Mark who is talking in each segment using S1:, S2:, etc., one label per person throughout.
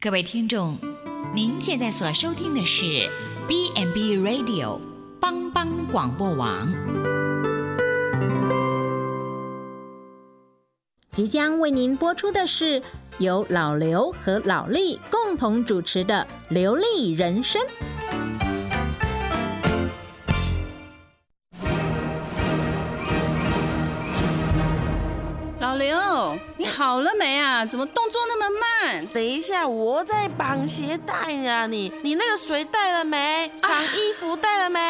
S1: 各位听众，您现在所收听的是 B n B Radio 帮帮广播网，
S2: 即将为您播出的是由老刘和老李共同主持的《流利人生》。
S3: 老刘，你好了没啊？怎么动作那么慢？
S4: 等一下，我在绑鞋带呢。你你那个水带了没？长衣服带了没？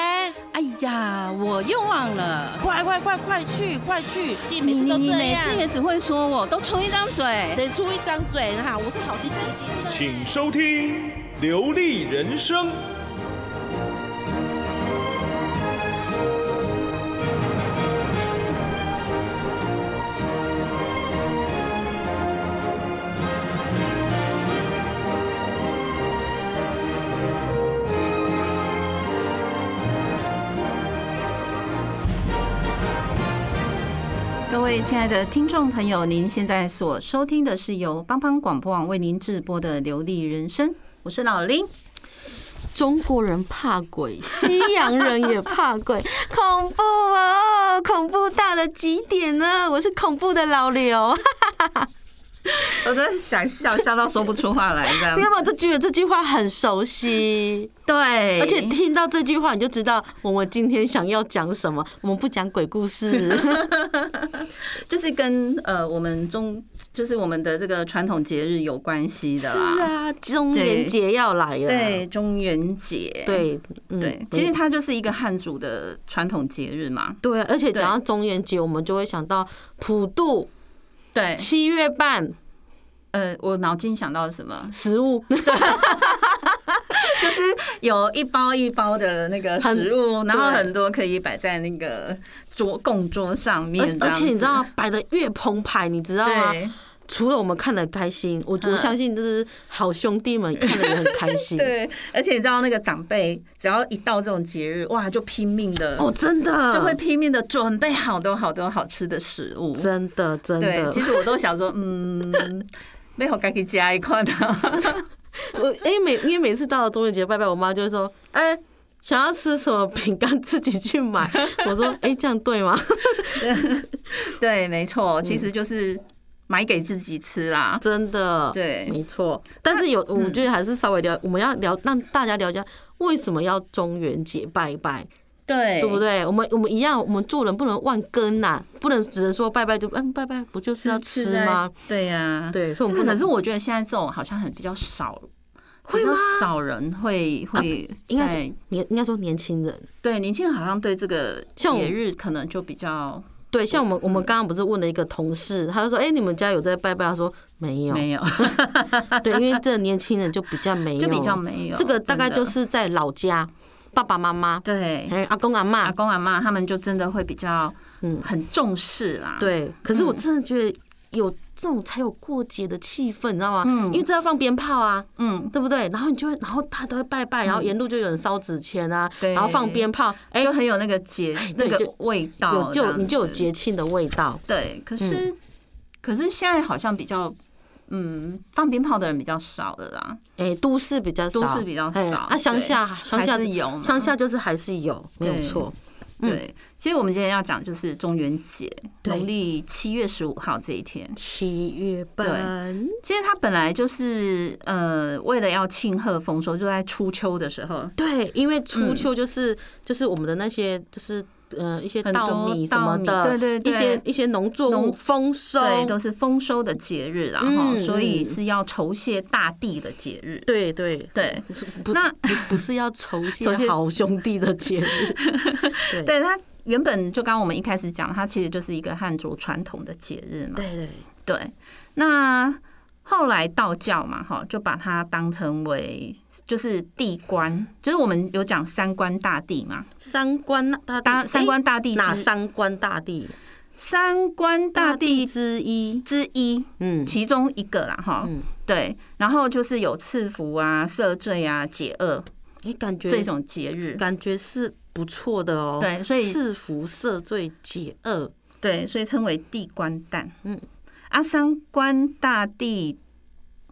S3: 哎呀，我又忘了。
S4: 快快快快去快去！你
S3: 你
S4: 每次
S3: 你
S4: 都
S3: 你
S4: 这
S3: 每
S4: 样
S3: 次，也只会说我，都出一张嘴。
S4: 谁出一张嘴哈？我是好心提醒你。
S5: 请收听《流利人生》。
S3: 各位亲爱的听众朋友，您现在所收听的是由邦邦广播网为您直播的《流利人生》，我是老林。
S6: 中国人怕鬼， 西洋人也怕鬼，恐怖哦，恐怖到了极点呢！我是恐怖的 老刘，
S3: 我真的想笑，笑到说不出话来，这样
S6: 因为我就觉得这句话很熟悉，
S3: 对，
S6: 而且听到这句话你就知道我们今天想要讲什么。我们不讲鬼故 事，
S3: 就是跟呃我们中就是我们的这个传统节日有关系的啦。
S6: 是啊，中元节要来了，
S3: 对，中元节，
S6: 对嗯
S3: 对，
S6: 没
S3: 其实它就是一个汉族的传统节日嘛。
S6: 对，而且讲到
S3: 对
S6: 中元节，我们就会想到普渡、
S3: 对，
S6: 七月半、，
S3: 呃，我脑筋想到了什么
S6: 食物，
S3: 就是 有一包一包的那个
S6: 很
S3: 食物，然后
S6: 对
S3: 很多可以摆在那个桌供桌上面
S6: 而
S3: 这
S6: 而
S3: 样
S6: 且你知
S3: 子
S6: 道摆的越澎湃，你知道吗？
S3: 对
S6: 除了我们看得开心，
S3: 嗯
S6: 我我相信就是好兄 弟们看得也很开心。
S3: 对，而且你知道那个长辈，只要一到这种节日，哇，就拼命的，
S6: 哦，真的，
S3: 就会拼命的准备好多好多好吃的食物。
S6: 真的真
S3: 对，
S6: 的
S3: 其。实我都想说， 嗯，没有该给加一块 的。
S6: 我哎、每因为每次到了中元节拜拜，我妈就会说，哎、想要吃什么饼干自己 去买。我说，哎、这样对吗？
S3: 对，没错，其实就是买给自己吃啦。
S6: 真的，
S3: 对嗯
S6: 没错。但是有，我觉得还是稍微聊，我们要聊让大家了解为什么要中元节拜拜。
S3: 对，
S6: 对不？对？我们我们一样，我们做人不能忘根呐、不能只能说拜拜就嗯拜拜，不就是要吃吗？？
S3: 对呀、
S6: 对，所以我们不
S3: 可
S6: 能
S3: 是我觉得现在这种好像很比较少，比较少人会会在、
S6: 啊应该是年应该说年轻人。
S3: 对年轻人好像对这个
S6: 像我
S3: 节日可能就比较
S6: 对，嗯像我们我们刚刚不是问了一个同事，他就说：“哎、你们家有在拜拜？”他说：“没有。
S3: 没有，
S6: 对，因为这年轻人就比较没 有，
S3: 就比较没有
S6: 这个大概
S3: 真的
S6: 就是在老家，爸爸妈妈，
S3: 对。
S6: 哎，阿公阿
S3: 阿
S6: 妈，
S3: 公阿妈他们就真的会比较
S6: 嗯，
S3: 很重视啦，，
S6: 对。可是我真的觉得有这种才有过节的气氛，你知道吗？
S3: 嗯
S6: 因为这要放鞭炮啊，
S3: 嗯，
S6: 对不对？然后你就会，然后大家都会拜拜，然后沿路就有人烧纸钱啊，
S3: 对
S6: 然后放鞭炮，哎、
S3: 就很有那个节那
S6: 对
S3: 个
S6: 就
S3: 味道
S6: 有
S3: 这样
S6: 就
S3: 子，
S6: 你就有嗯节庆的味道。
S3: 对，可是、可是现在好像比较，嗯，放鞭炮的人比较少了啦。
S6: 哎、都市比较少，
S3: 都市比较
S6: 哎
S3: 少
S6: 啊，乡
S3: 对
S6: 下乡下
S3: 还是有嘛
S6: 乡下就是还是有，没有
S3: 对
S6: 错，嗯
S3: 对，其实我们今天要讲就是中元节，
S6: 对
S3: 农历七月十五号这一天。
S6: 七月半，
S3: 其实它本来就是呃，为了要庆贺丰收，就在初秋的时候，
S6: 对，因为
S3: 嗯
S6: 初秋就是、就是我们的那些就是呃一些
S3: 很
S6: 稻
S3: 多
S6: 米什
S3: 稻
S6: 么
S3: 米
S6: 的，
S3: 对对
S6: 一些
S3: 对
S6: 一些农作物
S3: 农
S6: 丰收，
S3: 对，都是丰收的节日啦，哈、
S6: 嗯
S3: 所以
S6: 嗯
S3: 是要酬谢大地的节日。
S6: 对对
S3: 对，
S6: 不
S3: 那
S6: 不不是要 酬
S3: 酬
S6: 谢
S3: 谢
S6: 好兄弟的节 日，对
S3: 对它原本就刚刚我们一开始讲，它其实就是一个汉族传统的节日嘛。
S6: 对对
S3: 对，那后来道教嘛，哈，就把它当成为就是地官，就是我们有讲三官大帝嘛，
S6: 三官大
S3: 当
S6: 帝
S3: 三官大帝
S6: 哎
S3: 之
S6: 哪三官大帝？
S3: 三官大帝之
S6: 之一，
S3: 之一，
S6: 嗯，
S3: 其中一个啦，哈，
S6: 嗯
S3: 对，然后就是有赐福啊、赦罪啊、解厄
S6: 哎，感觉
S3: 这种节日，
S6: 感觉是不错的哦。
S3: 对所以
S6: 是福赦罪解厄，
S3: 对，所以称为地官诞。
S6: 嗯
S3: 啊，三官大帝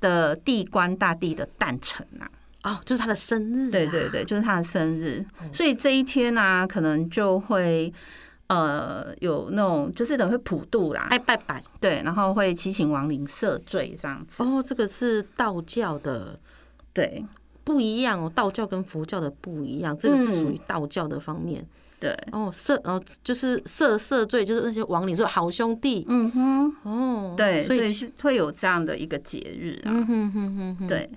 S3: 的地官大帝的诞辰啊。
S6: 哦，就是他的生日、啊，
S3: 对对对，就是他的生日，嗯所以这一天呢、啊，可能就会呃有那种就是等于会普渡啦，
S6: 爱拜拜。
S3: 对，然后会祈请亡灵赦罪这样子。
S6: 哦，这个是道教的
S3: 对
S6: 不一样哦，道教跟佛教的不一样，这个是属于道教的方面。
S3: 对，
S6: 哦，赦哦，就是赦赦罪，就是那些亡灵，说好兄弟。
S3: 嗯哼，
S6: 哦，
S3: 对，所
S6: 所
S3: 以
S6: 以
S3: 是会有这样的一个节日啊。
S6: 嗯哼哼哼哼，
S3: 对，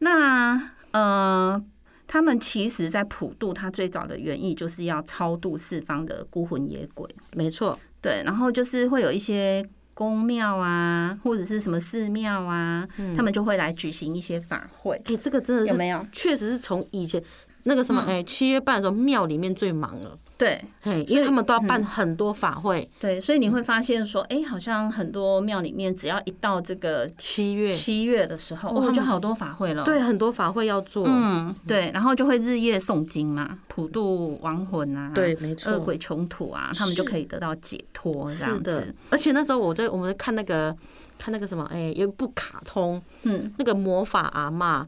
S3: 那呃，他们其实在普渡，它最早的原意就是要超度四方的孤魂野鬼。
S6: 没错，
S3: 对，然后就是会有一些宫庙啊，或者是什么寺庙啊，
S6: 嗯
S3: 他们就会来举行一些法会，
S6: 哎、这个真的
S3: 有
S6: 是
S3: 没有？嗯
S6: 确实是从以前那个什么，哎、七月半的时候庙里面最忙了，
S3: 对
S6: 嘿，因为他们都要
S3: 嗯
S6: 办很多法会，
S3: 对，所以你会发现说，哎、好像很多庙里面，只要一到这个
S6: 七月，
S3: 七月的时候，
S6: 他
S3: 哦，
S6: 们
S3: 就好多法会了。
S6: 对，。很多法会要做，
S3: 嗯，对，然后就会日夜诵经嘛，普渡亡魂啊，
S6: 对没错
S3: 恶鬼穷土啊，他们就可以得到解脱，这
S6: 是
S3: 样
S6: 的
S3: 子，。
S6: 而且那时候我在我们看那个看那个什么，哎、有一部卡通，
S3: 嗯，
S6: 那个魔法阿 嬷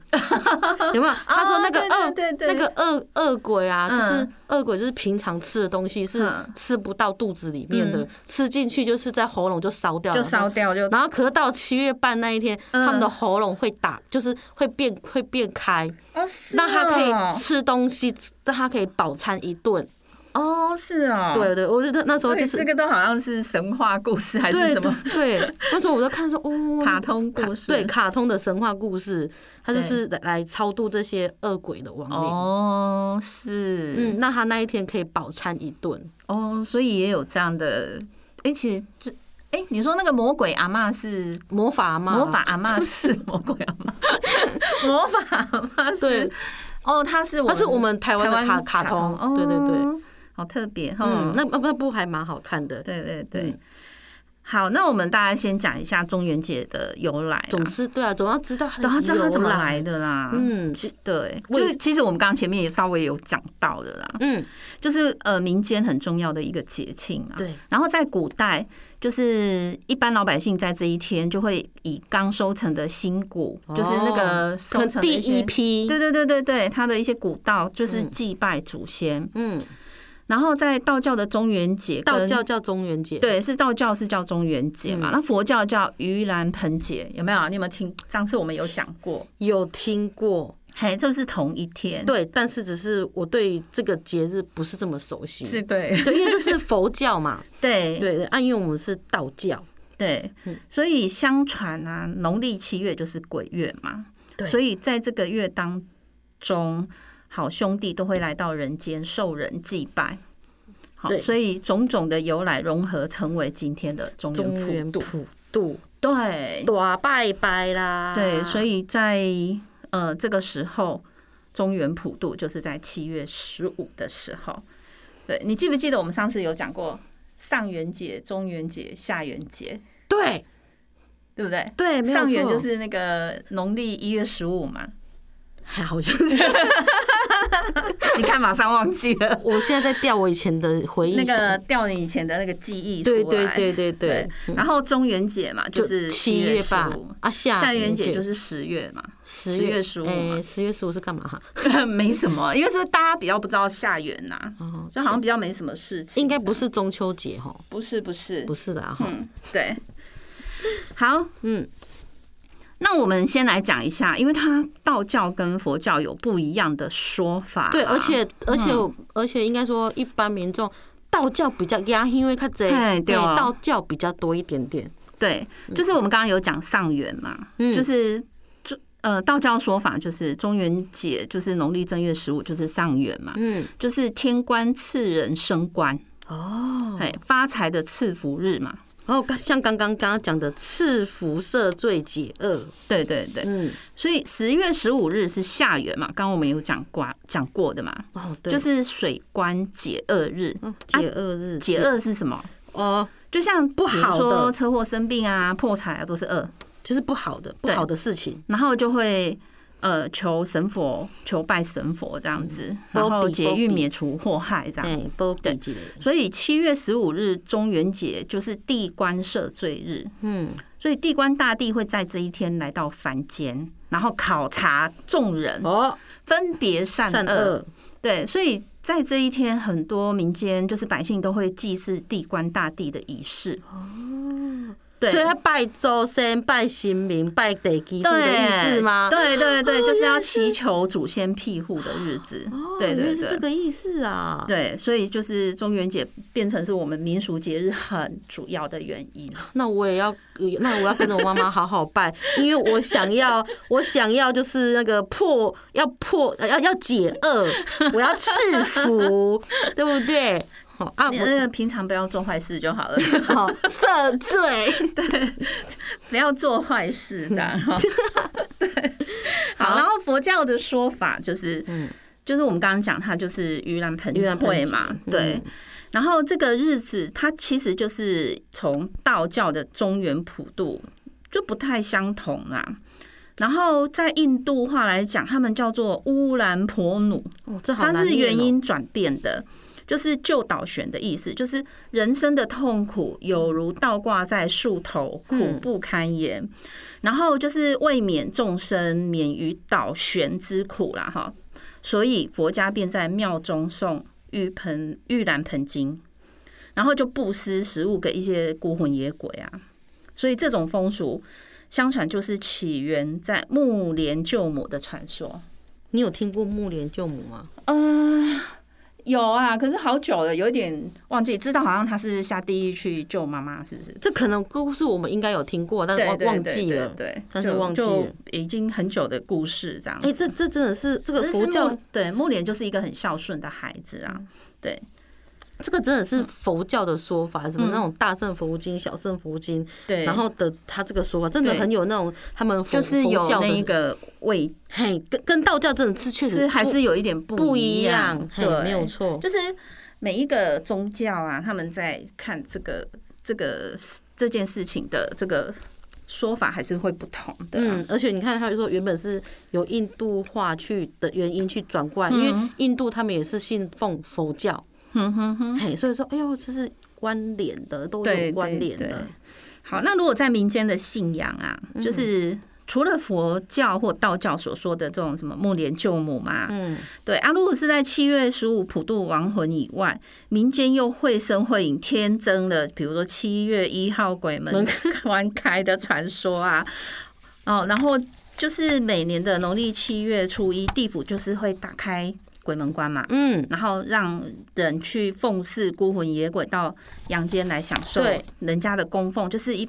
S6: 有没有？他说那个
S3: 对
S6: 恶、
S3: 哦对对对
S6: 那个恶恶鬼啊，
S3: 嗯
S6: 就是恶鬼，就是平常吃的东西是
S3: 嗯
S6: 吃不到肚子里面的，
S3: 嗯
S6: 吃进去就是在喉咙就烧掉了，
S3: 就烧掉就
S6: 然后可是到七月半那一天，
S3: 嗯
S6: 他们的喉咙会打，就是会变会变开，
S3: 哦，是
S6: 让他可
S3: 哦
S6: 以吃东西，让他可以饱餐一顿。
S3: 哦，是哦，
S6: 对对，我觉得那时候就
S3: 对，
S6: 是
S3: 这个都好像是神话故事还是
S6: 对
S3: 什么
S6: 对，对那时候我就看说，哦，
S3: 卡通故事？
S6: 对卡通的神话故事，他就是来来超度这些恶鬼的亡灵。
S3: 哦，是，
S6: 嗯，那他那一天可以饱餐一顿。
S3: 哦，所以也有这样的。哎、其实这，哎、你说那个魔鬼阿嬷是
S6: 魔法阿嬷
S3: 魔法，阿嬷是魔鬼阿 嬷，魔法阿嬷是
S6: 对
S3: 哦，她是我
S6: 那是我们台湾的卡
S3: 卡
S6: 卡通
S3: 哦
S6: 对对对，
S3: 好特别哈、
S6: 嗯，那那部还蛮好看的。
S3: 对对对。
S6: 嗯
S3: 好，那我们大家先讲一下中元节的由来啦，
S6: 总是对啊，总要知道它
S3: 都要知道它
S6: 由
S3: 怎么来。的啦。
S6: 嗯
S3: 其，对，
S6: 我也
S3: 就是其实我们刚刚前面也稍微有讲到的啦，
S6: 嗯，
S3: 就是呃民间很重要的一个节庆啊。
S6: 对。
S3: 然后在古代，就是一般老百姓在这一天就会以刚收成的新谷，就是那个收
S6: 哦
S3: 成
S6: 可能
S3: 的
S6: 第
S3: 一些
S6: 一，批，
S3: 对对对对对，它的一些古道就是
S6: 嗯
S3: 祭拜祖先。
S6: 嗯，
S3: 然后在道教的中元节跟，
S6: 道教叫中元节，，
S3: 对，是道教是叫中元节嘛，
S6: 嗯
S3: 那佛教叫盂兰盆节，有没有？你有没有听？上次我们有讲过，
S6: 有听过，
S3: 嘿，就是同一天，，
S6: 对，但是只是我对这个节日不是这么熟悉，
S3: 是对，
S6: 对，因为这是佛教 嘛，
S3: 对
S6: 对对，啊，因为我们是道教，
S3: 对
S6: 嗯，
S3: 所以相传啊，农历七月就是鬼月嘛，
S6: 对
S3: 所以在这个月当中，好兄弟都会来到人间受人祭拜。好，
S6: 对
S3: 所以种种的由来融合成为今天的中
S6: 中
S3: 原
S6: 原
S3: 普渡。
S6: 普渡，
S3: 对
S6: 大拜拜啦，
S3: 对，所以在呃这个时候，中原普渡就是在七月十五的时候。对你记不记得我们上次有讲过上元节、中元节、下元节，
S6: 对
S3: 对不对？
S6: 对，没有
S3: 上元
S6: 错
S3: 就是那个农历一月十五 嘛，
S6: 还好像是这样，
S3: 你看马上忘记了，
S6: 我现在在调我以前的回忆，
S3: 那个调你以前的那个记忆出来
S6: 对对对对对，
S3: 然后中元节嘛，是
S6: 七
S3: 月十
S6: 半
S3: 五，
S6: 啊，下
S3: 下元节
S6: 节
S3: 就是十月嘛，
S6: 十
S3: 10月15嘛
S6: 哎十月十五是干嘛哈？
S3: 没什么，因为是大家比较不知道下元呐、
S6: 哦，
S3: 就好像比较没什么事情。
S6: 应该不是中秋节哈，
S3: 不是不是
S6: 不是啦哈，
S3: 嗯，对。好，
S6: 嗯，
S3: 那我们先来讲一下，因为它道教跟佛教有不一样的说法啊、
S6: 对，而且而且而且应该说一般民众。道教比较压，因为较贼
S3: 嘿，对哦
S6: 道教比较多一点点。
S3: 对，就是我们刚刚有讲上元嘛，
S6: 嗯
S3: 就是就呃道教说法就是中元节，就是农历正月十五就是上元嘛，
S6: 嗯，
S3: 就是天官赐人升官，
S6: 哦，
S3: 哎、发财的赐福日嘛。
S6: 然后像哦刚刚刚刚讲的赐福赦罪解厄，
S3: 对对对，
S6: 嗯，
S3: 所以十月十五日是下元嘛，刚刚我们有讲过讲过的嘛，
S6: 哦，对，
S3: 就是水官解厄日。
S6: 嗯
S3: 啊
S6: 解厄日，
S3: 解厄是什么？
S6: 哦，
S3: 就像
S6: 不
S3: 比
S6: 好
S3: 如说
S6: 的
S3: 车祸、生病啊、破财啊，都是恶。
S6: 就是不好的不
S3: 对
S6: 好的事情，
S3: 然后就会呃求神佛、求拜神佛这样子，
S6: 嗯
S3: 然后
S6: 保庇
S3: 劫
S6: 保庇
S3: 运免除祸害这样。
S6: 哎，波比之类的，
S3: 所以七月十五日中元节就是地官赦罪日，
S6: 嗯，
S3: 所以地官大帝会在这一天来到凡间，然后考察众人，
S6: 哦，
S3: 分别善
S6: 善恶，
S3: 对，所以在这一天，很多民间就是百姓都会祭祀地官大帝的仪式。哦，对，
S6: 所以他拜周先、拜神明、拜地基主的意
S3: 对
S6: 思吗？哦
S3: 对对对，就是要祈求祖先庇护的日子。对
S6: 哦原
S3: 对
S6: 来是这
S3: 对。
S6: 个意思啊。
S3: 对，所以就是中元节变成是我们民俗节日很主要的原因。
S6: 那我也要，那我要跟着我妈妈好好拜， 因为我想要，我想要就是那个破，要破，呃要要解厄，我要赐福，对不对？好啊，
S3: 那
S6: 我
S3: 个平常不要做坏事就好了，
S6: 好赦罪，
S3: 不要做坏事这样。哈 对，
S6: 嗯
S3: 好。然后佛教的说法就是，就是我们刚刚讲，它就是盂兰盆
S6: 嗯盂兰盆
S3: 会
S6: 节
S3: 嘛，
S6: 嗯
S3: 对。然后这个日子，它其实就是从道教的中原普渡就不太相同啦。然后在印度话来讲，他们叫做乌兰婆努，
S6: 哦，这好
S3: 它
S6: 难
S3: 是
S6: 念
S3: 原
S6: 哦
S3: 因转变的，就是旧倒悬的意思，就是人生的痛苦有如倒挂在树头，
S6: 嗯
S3: 苦不堪言。然后就是为免众生免于倒悬之苦啦，哈，所以佛家便在庙中诵玉盆玉兰盆经，然后就布施食物给一些孤魂野鬼啊，所以这种风俗。相传就是起源在木莲救母的传说，
S6: 你有听过木莲救母吗？
S3: 呃，有啊，可是好久了，有点忘记，知道好像他是下地狱去救妈妈，是不是？
S6: 这可能故事我们应该有听过，但是
S3: 对
S6: 呃忘
S3: 对
S6: 忘
S3: 对
S6: 记
S3: 对
S6: 了。
S3: 对，
S6: 但是
S3: 就
S6: 忘记
S3: 就
S6: 了
S3: 已经很久的故事这样子。
S6: 哎，这这真的是这个
S3: 可是
S6: 佛教
S3: 木，对木莲就是一个很孝顺的孩子啊，对
S6: 这个真的是佛教的说法，什么
S3: 嗯
S6: 那种大圣佛经、小圣佛经，
S3: 对，
S6: 然后的他这个说法真的
S3: 对
S6: 很有那种他们佛
S3: 就是有
S6: 佛教
S3: 那
S6: 的
S3: 一个味，
S6: 嘿，跟跟道教真的是确实
S3: 是还是有一点
S6: 不不
S3: 一
S6: 一样，嘿
S3: 对，
S6: 没有错。
S3: 就是每一个宗教啊，他们在看这个这个这件事情的这个说法还是会不同的啊、
S6: 嗯，而且你看，他就说原本是由印度化去的原因去转过来，因为印度他们也是信奉佛教，
S3: 哼嗯哼哼。
S6: 嘿，所以说，哎呦，这是关联的，都
S3: 对
S6: 有关联
S3: 对对
S6: 的，
S3: 好，那如果在民间的信仰啊，
S6: 嗯
S3: 就是除了佛教或道教所说的这种什么木莲救母嘛，
S6: 嗯，
S3: 对啊，如果是在七月十五普渡亡魂以外，民间又绘声绘影添增了，比如说七月一号鬼门 关开的传说啊，哦，然后就是每年的农历七月初一，地府就是会打开鬼门关嘛，
S6: 嗯，
S3: 然后让人去奉祀孤魂野鬼到阳间来享受
S6: 对
S3: 人家的供奉，就是一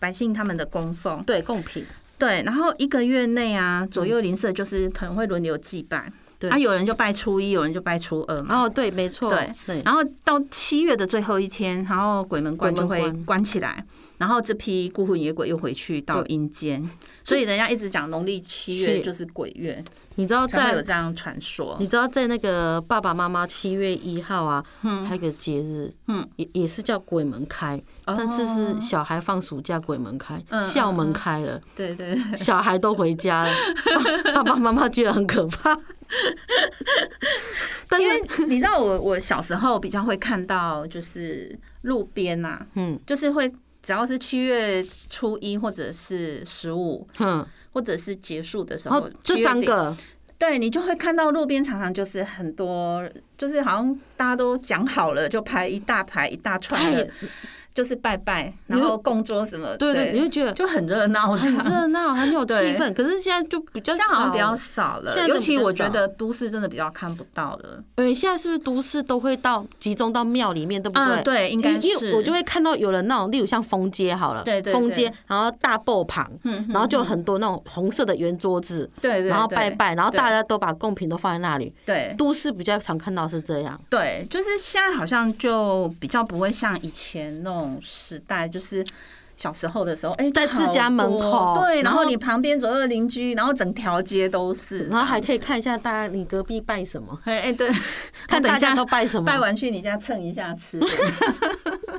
S3: 百姓他们的供奉。
S6: 对，贡品，
S3: 对，然后一个月内啊，左右邻舍就是可能会轮流祭拜，
S6: 对
S3: 啊，有人就拜初一，有人就拜初二嘛。
S6: 哦，对，没错，
S3: 对
S6: 对，
S3: 然后到七月的最后一天，然后鬼门关就
S6: 鬼
S3: 会
S6: 门关
S3: 关起来，然后这批孤魂野鬼又回去到
S6: 对
S3: 阴间，所以人家一直讲农历七月
S6: 是
S3: 就是鬼月，
S6: 你知道
S3: 才会有
S6: 在
S3: 这样传说
S6: 你。知道在那个爸爸妈妈七月一号啊，还有一个节日，
S3: 嗯，哦
S6: 也也是叫鬼门开，但是是小孩放暑假鬼门开，
S3: 嗯
S6: 校门开了，
S3: 对对对，
S6: 小孩都回家了，爸爸爸妈妈觉得很可怕。但
S3: 因
S6: 是，
S3: 为 你知道我我小时候比较会看到，就是路边呐、啊
S6: 嗯
S3: 就是会只要是七月初一或者是十五，
S6: 哼，
S3: 或者是结束的时
S6: 嗯然
S3: 候
S6: 后，哦这
S3: 哦7月底
S6: 三，个，
S3: 对你就会看到路边常常就是很多，就是好像大家都讲好了，就排一大排一大串的
S6: 哎，
S3: 就是拜拜，
S6: 你会
S3: 然后供桌什么，
S6: 对对，
S3: 对，
S6: 你会觉得哎
S3: 就很热闹这
S6: 很
S3: 样子，
S6: 热闹，很有气
S3: 对
S6: 氛。可是现在就比较
S3: 现在好像
S6: 少，
S3: 比较少了
S6: 现在，都
S3: 尤其
S6: 比较
S3: 我觉
S6: 少
S3: 得都市真的比较看不到了。
S6: 因为呃现在是不是都市都会到集中到庙里面，对不
S3: 嗯，
S6: 啊对？
S3: 对，应该
S6: 因为
S3: 是
S6: 我就会看到有人那种，例如像封街好了，
S3: 对对对
S6: 封街，然后大爆旁，
S3: 嗯
S6: 然后就很多那种红色的圆桌子，
S3: 对对对，
S6: 然后拜拜，然后
S3: 对
S6: 大家都把贡品都放在那里。
S3: 对
S6: 都市比较常看到是这样，
S3: 对，就是现在好像就比较不会像以前那种时代，就是。小时候的时候，哎、
S6: 在自
S3: 好多
S6: 家门口
S3: 对，
S6: 然
S3: 然后
S6: 后
S3: 你旁边左右的邻居，然后整条街都是，
S6: 然后还可
S3: 以，
S6: 以看一下大家你隔壁拜什么，
S3: 哎、哎对，等
S6: 看大
S3: 一下
S6: 家都拜什么。
S3: 拜完去你家蹭一下吃的，
S6: 哎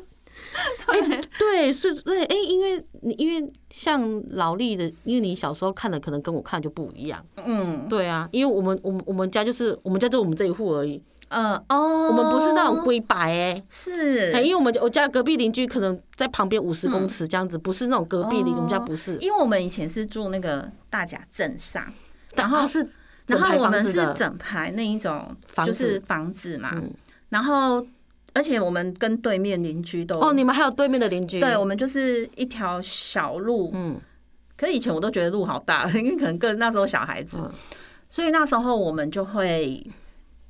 S6: 对，是，对，哎，因为你因为像劳力的，因为你小时候看的可能跟我看就不一样，
S3: 嗯
S6: 对啊，因为我们我们我们家就是我们家就我们这一户而已，
S3: 嗯哦，
S6: 我们不是那种龟白哎，
S3: 是，嗯
S6: 哎，因为我们家我家隔壁邻居可能在旁边五十公尺这样子，不是那种隔壁邻，我们家
S3: 哦
S6: 不是，
S3: 因为我们以前是住那个大甲镇上，
S6: 然后啊是整
S3: 然后
S6: 排
S3: 我
S6: 房
S3: 们
S6: 子
S3: 是
S6: 的
S3: 整排那一种，
S6: 房
S3: 就
S6: 子
S3: 是房子嘛。
S6: 嗯
S3: 然后，而且我们跟对面邻居都
S6: 哦，你们还有对面的邻居，
S3: 对我们就是一条小路。
S6: 嗯，
S3: 可是以前我都觉得路好大，因为可能跟那时候小孩子，
S6: 嗯
S3: 所以那时候我们就会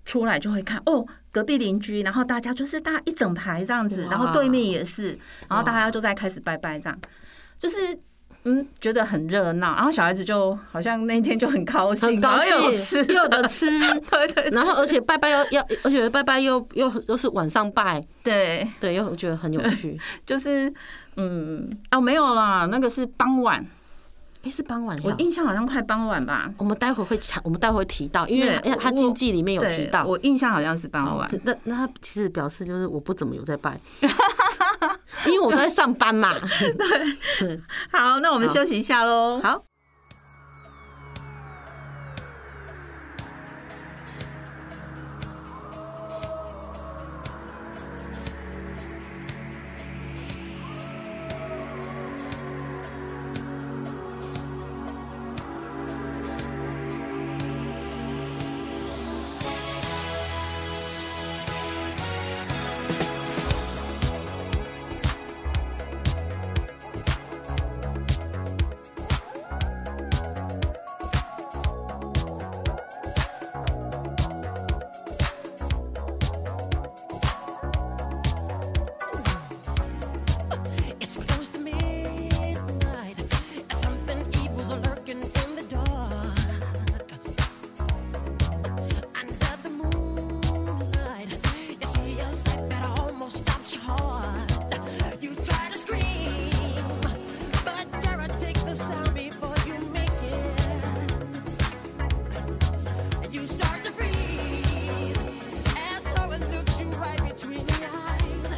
S3: 出来就会看哦，隔壁邻居，然后大家就是大家一整排这样子，
S6: 哇
S3: 然后对面也是，然后大家就在开始拜拜这样，就是。嗯，觉得很热闹，然后小孩子就好像那一天就很高兴，
S6: 很高
S3: 然后又有
S6: 兴
S3: 吃，，
S6: 又有的 吃，
S3: 对对对
S6: 然后而且拜拜又要，而且拜拜又又又是晚上拜，
S3: 对，
S6: 对，又觉得 很有趣。
S3: 就是嗯哦没有啦，那个是傍晚，
S6: 哎，是傍晚
S3: 我
S6: 料，
S3: 印象好像快傍晚吧，
S6: 我们待会会讲，我们待会会提到，因为
S3: 对
S6: 因为他
S3: 我
S6: 经济里面有
S3: 对
S6: 提到。
S3: 我印象好像是傍晚
S6: 哦，那那他其实表示就是我不怎么有在 拜，因为我都在上班嘛。
S3: 好，那我们休息一下喽。
S6: 好，
S7: It's close to midnight. Something evil's lurking in the dark. Under the moonlight, you see a sight that almost stops your heart. You try to scream, but terror takes the sound before you make it. And you start to freeze as someone looks you right between the eyes.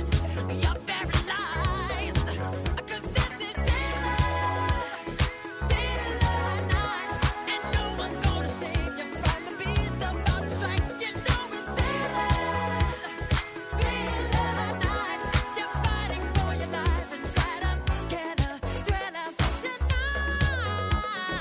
S7: You're paralyzed. 'Cause this is daylight, daylight night. And no one's gonna save you from the beast about to strike. You know it's daylight, daylight night. You're fighting for your life inside a killer thriller. Tonight, yeah.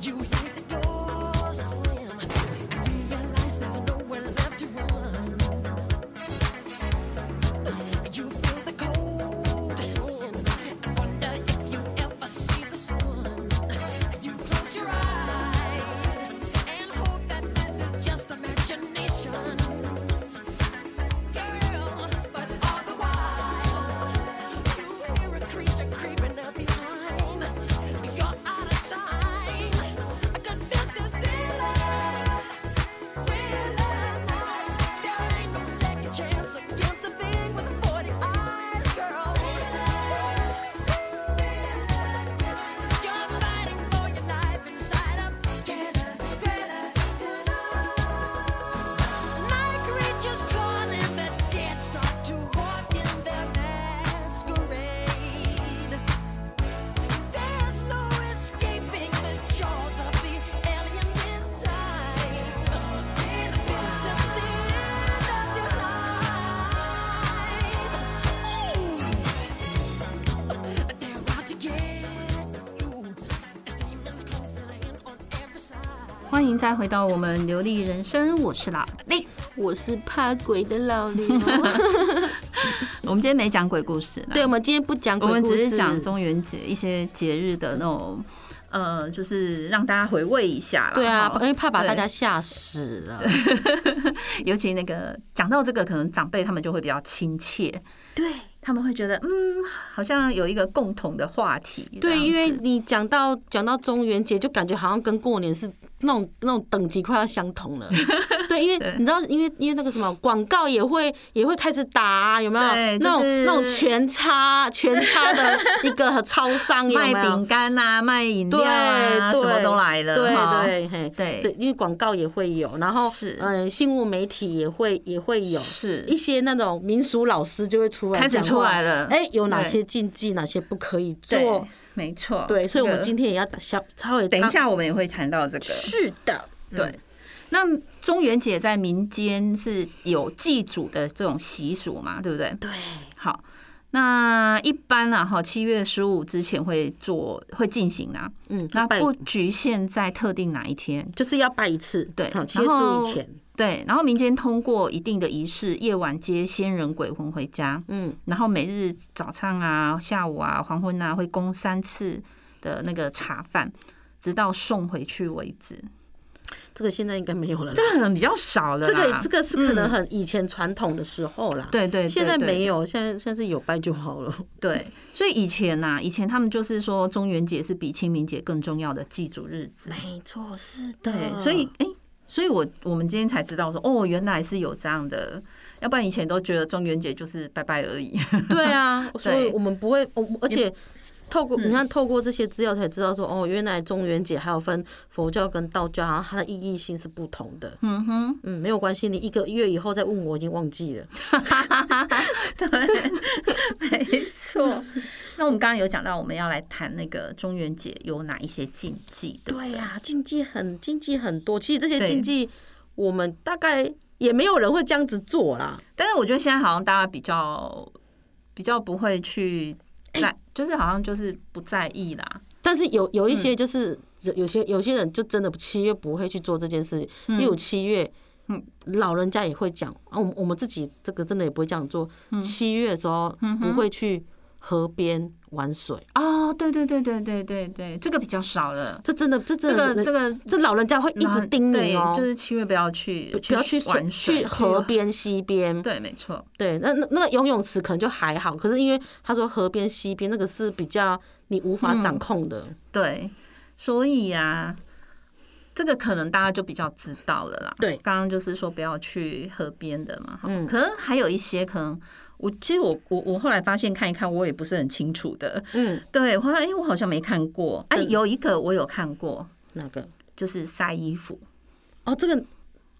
S7: You hear the door slam and realize there's nowhere left to run. You feel the cold and wonder if you ever see the sun. You close your eyes and hope that this is just imagination, girl. But all the while. You hear a creature creeping up behind. You're out of time. 'Cause this is daylight, daylight. There ain't no second chance against the thing with the 40 eyes, girl. You're fighting for your life inside a killer thriller Night creatures calling, the dead start to walk in their masquerade. There's no escaping the jaws of the alien this time. This is the end of your life. They're out to get you. As demons closing in on every side.
S3: 欢迎再回到我们流利人生，我是老李。
S6: 我是怕鬼的老哦李。
S3: 我们今天没讲鬼故事啦，
S6: 对，我们今天不讲
S3: 我
S6: 鬼
S3: 们
S6: 故事，
S3: 只是讲中元节一些节日的那种，呃，就是让大家回味一下啦。
S6: 对啊，
S3: 哈
S6: 因为怕把
S3: 对
S6: 大家吓死啊了。
S3: 尤其那个讲到这个，可能长辈他们就会比较亲切，
S8: 对，
S3: 他们会觉得嗯，好像有一个共同的话题这样
S6: 对，
S3: 子。
S6: 因为你讲到讲到中元节，就感觉好像跟过年是那种那种等级快要相 同了。对，因为你知道，因为因为那个什么广告也会也会开始打、啊有没有？
S3: 对就
S6: 那
S3: 是
S6: 种那种全差全差的一个超 商有没
S3: 卖
S6: 有？
S3: 饼干呐，卖饮料
S6: 对
S3: 啊，
S6: 对
S3: 什么都来了，哈
S6: 对对嘿
S3: 对
S6: 所以因为广告也会有，然后
S3: 是
S6: 嗯，新闻媒体也会也会有，
S3: 是
S6: 一些那种民俗老师就会出来
S3: 开始
S6: 讲话
S3: 出来了
S6: 哎，有哪
S3: 对
S6: 些禁忌，哪些不可以
S3: 对
S6: 做？，
S3: 没错，
S6: 对，所以我们
S3: 这个
S6: 今天也要打消稍微啊
S3: 等一，下我们也会谈到这个，
S6: 是的，
S3: 对。那中元节在民间是有祭祖的这种习俗嘛，对不对？
S6: 对，
S3: 好，那一般啊，哈，七月十五之前会做，会进行啊。
S6: 嗯，
S3: 那
S6: 拜
S3: 不局限在特定哪一天，
S6: 就是要拜一次，
S3: 对
S6: 好，结
S3: 然
S6: 束
S3: 后
S6: 以前，
S3: 对。然后民间通过一定的仪式，夜晚接先人鬼魂回家，
S6: 嗯，
S3: 然后每日早上啊、下午啊、黄昏啊，会供三次的那个茶饭，直到送回去为止。
S6: 这个现在应该没有了啦。
S3: 这个可能比较少了
S6: 这
S3: 啦，嗯
S6: 个这个是可能很以前传统的时候啦，
S3: 对对对
S6: 现在
S3: 对
S6: 没有，现在现在是有拜就好了。
S3: 对，所以以前呐、以前他们就是说中元节是比清明节更重要的祭祖日子。
S6: 没错，是的
S3: 对，所以哎、所以我我们今天才知道说，哦，原来是有这样的，要不然以前都觉得中元节就是拜拜而已。
S6: 对啊， 所以我们不会，我而且透过
S3: 嗯
S6: 你看，透过这些资料才知道说，哦，原来中元节还有分佛教跟道教，然后它的意义性是不同的。
S3: 嗯 哼，
S6: 嗯，没有关系，你一个月以后再问我，已经忘记了。
S3: 没错。那我们刚刚有讲到，我们要来谈那个中元节有哪一些禁忌，对不啊
S6: 对呀、禁忌很禁忌很多，其实这些
S3: 对
S6: 禁忌我们大概也没有人会这样子做啦。
S3: 但是我觉得现在好像大家比较比较不会去在，就是好像就是不在意啦。
S6: 但是有有一
S3: 嗯
S6: 些就是、有些有些人就真的七月不会去做这件事，因为有七月，
S3: 嗯
S6: 老人家也会讲啊，我们我们自己这个真的也不会这样做。
S3: 嗯
S6: 七月的时候不会去河边玩水，
S3: 哦，对对对对对对对，这个比较少了。
S6: 这真的这
S3: 这
S6: 真的
S3: 个这个
S6: 这老人家会一
S3: 然后
S6: 直叮
S3: 对
S6: 咛哦、
S3: 就是七月不要去，
S6: 不要去
S3: 玩水
S6: 去河。边溪 边，
S3: 对，没错，
S6: 对，那那那个游泳池可能就还好，可是因为他说河边溪边那个是比较你无
S3: 嗯
S6: 法掌控的，
S3: 对，所以呀、这个可能大家就比较知道了啦。
S6: 对
S3: 刚刚就是说不要去河边的嘛，哈
S6: 嗯
S3: 可能还有一些可能。我其实我我我后来发现看一看，我也不是很清楚的。
S6: 嗯，
S3: 对，后来哎、我好像没看过。哎、有一个我有看过，
S6: 那个
S3: 就是晒衣服。
S6: 哦，这个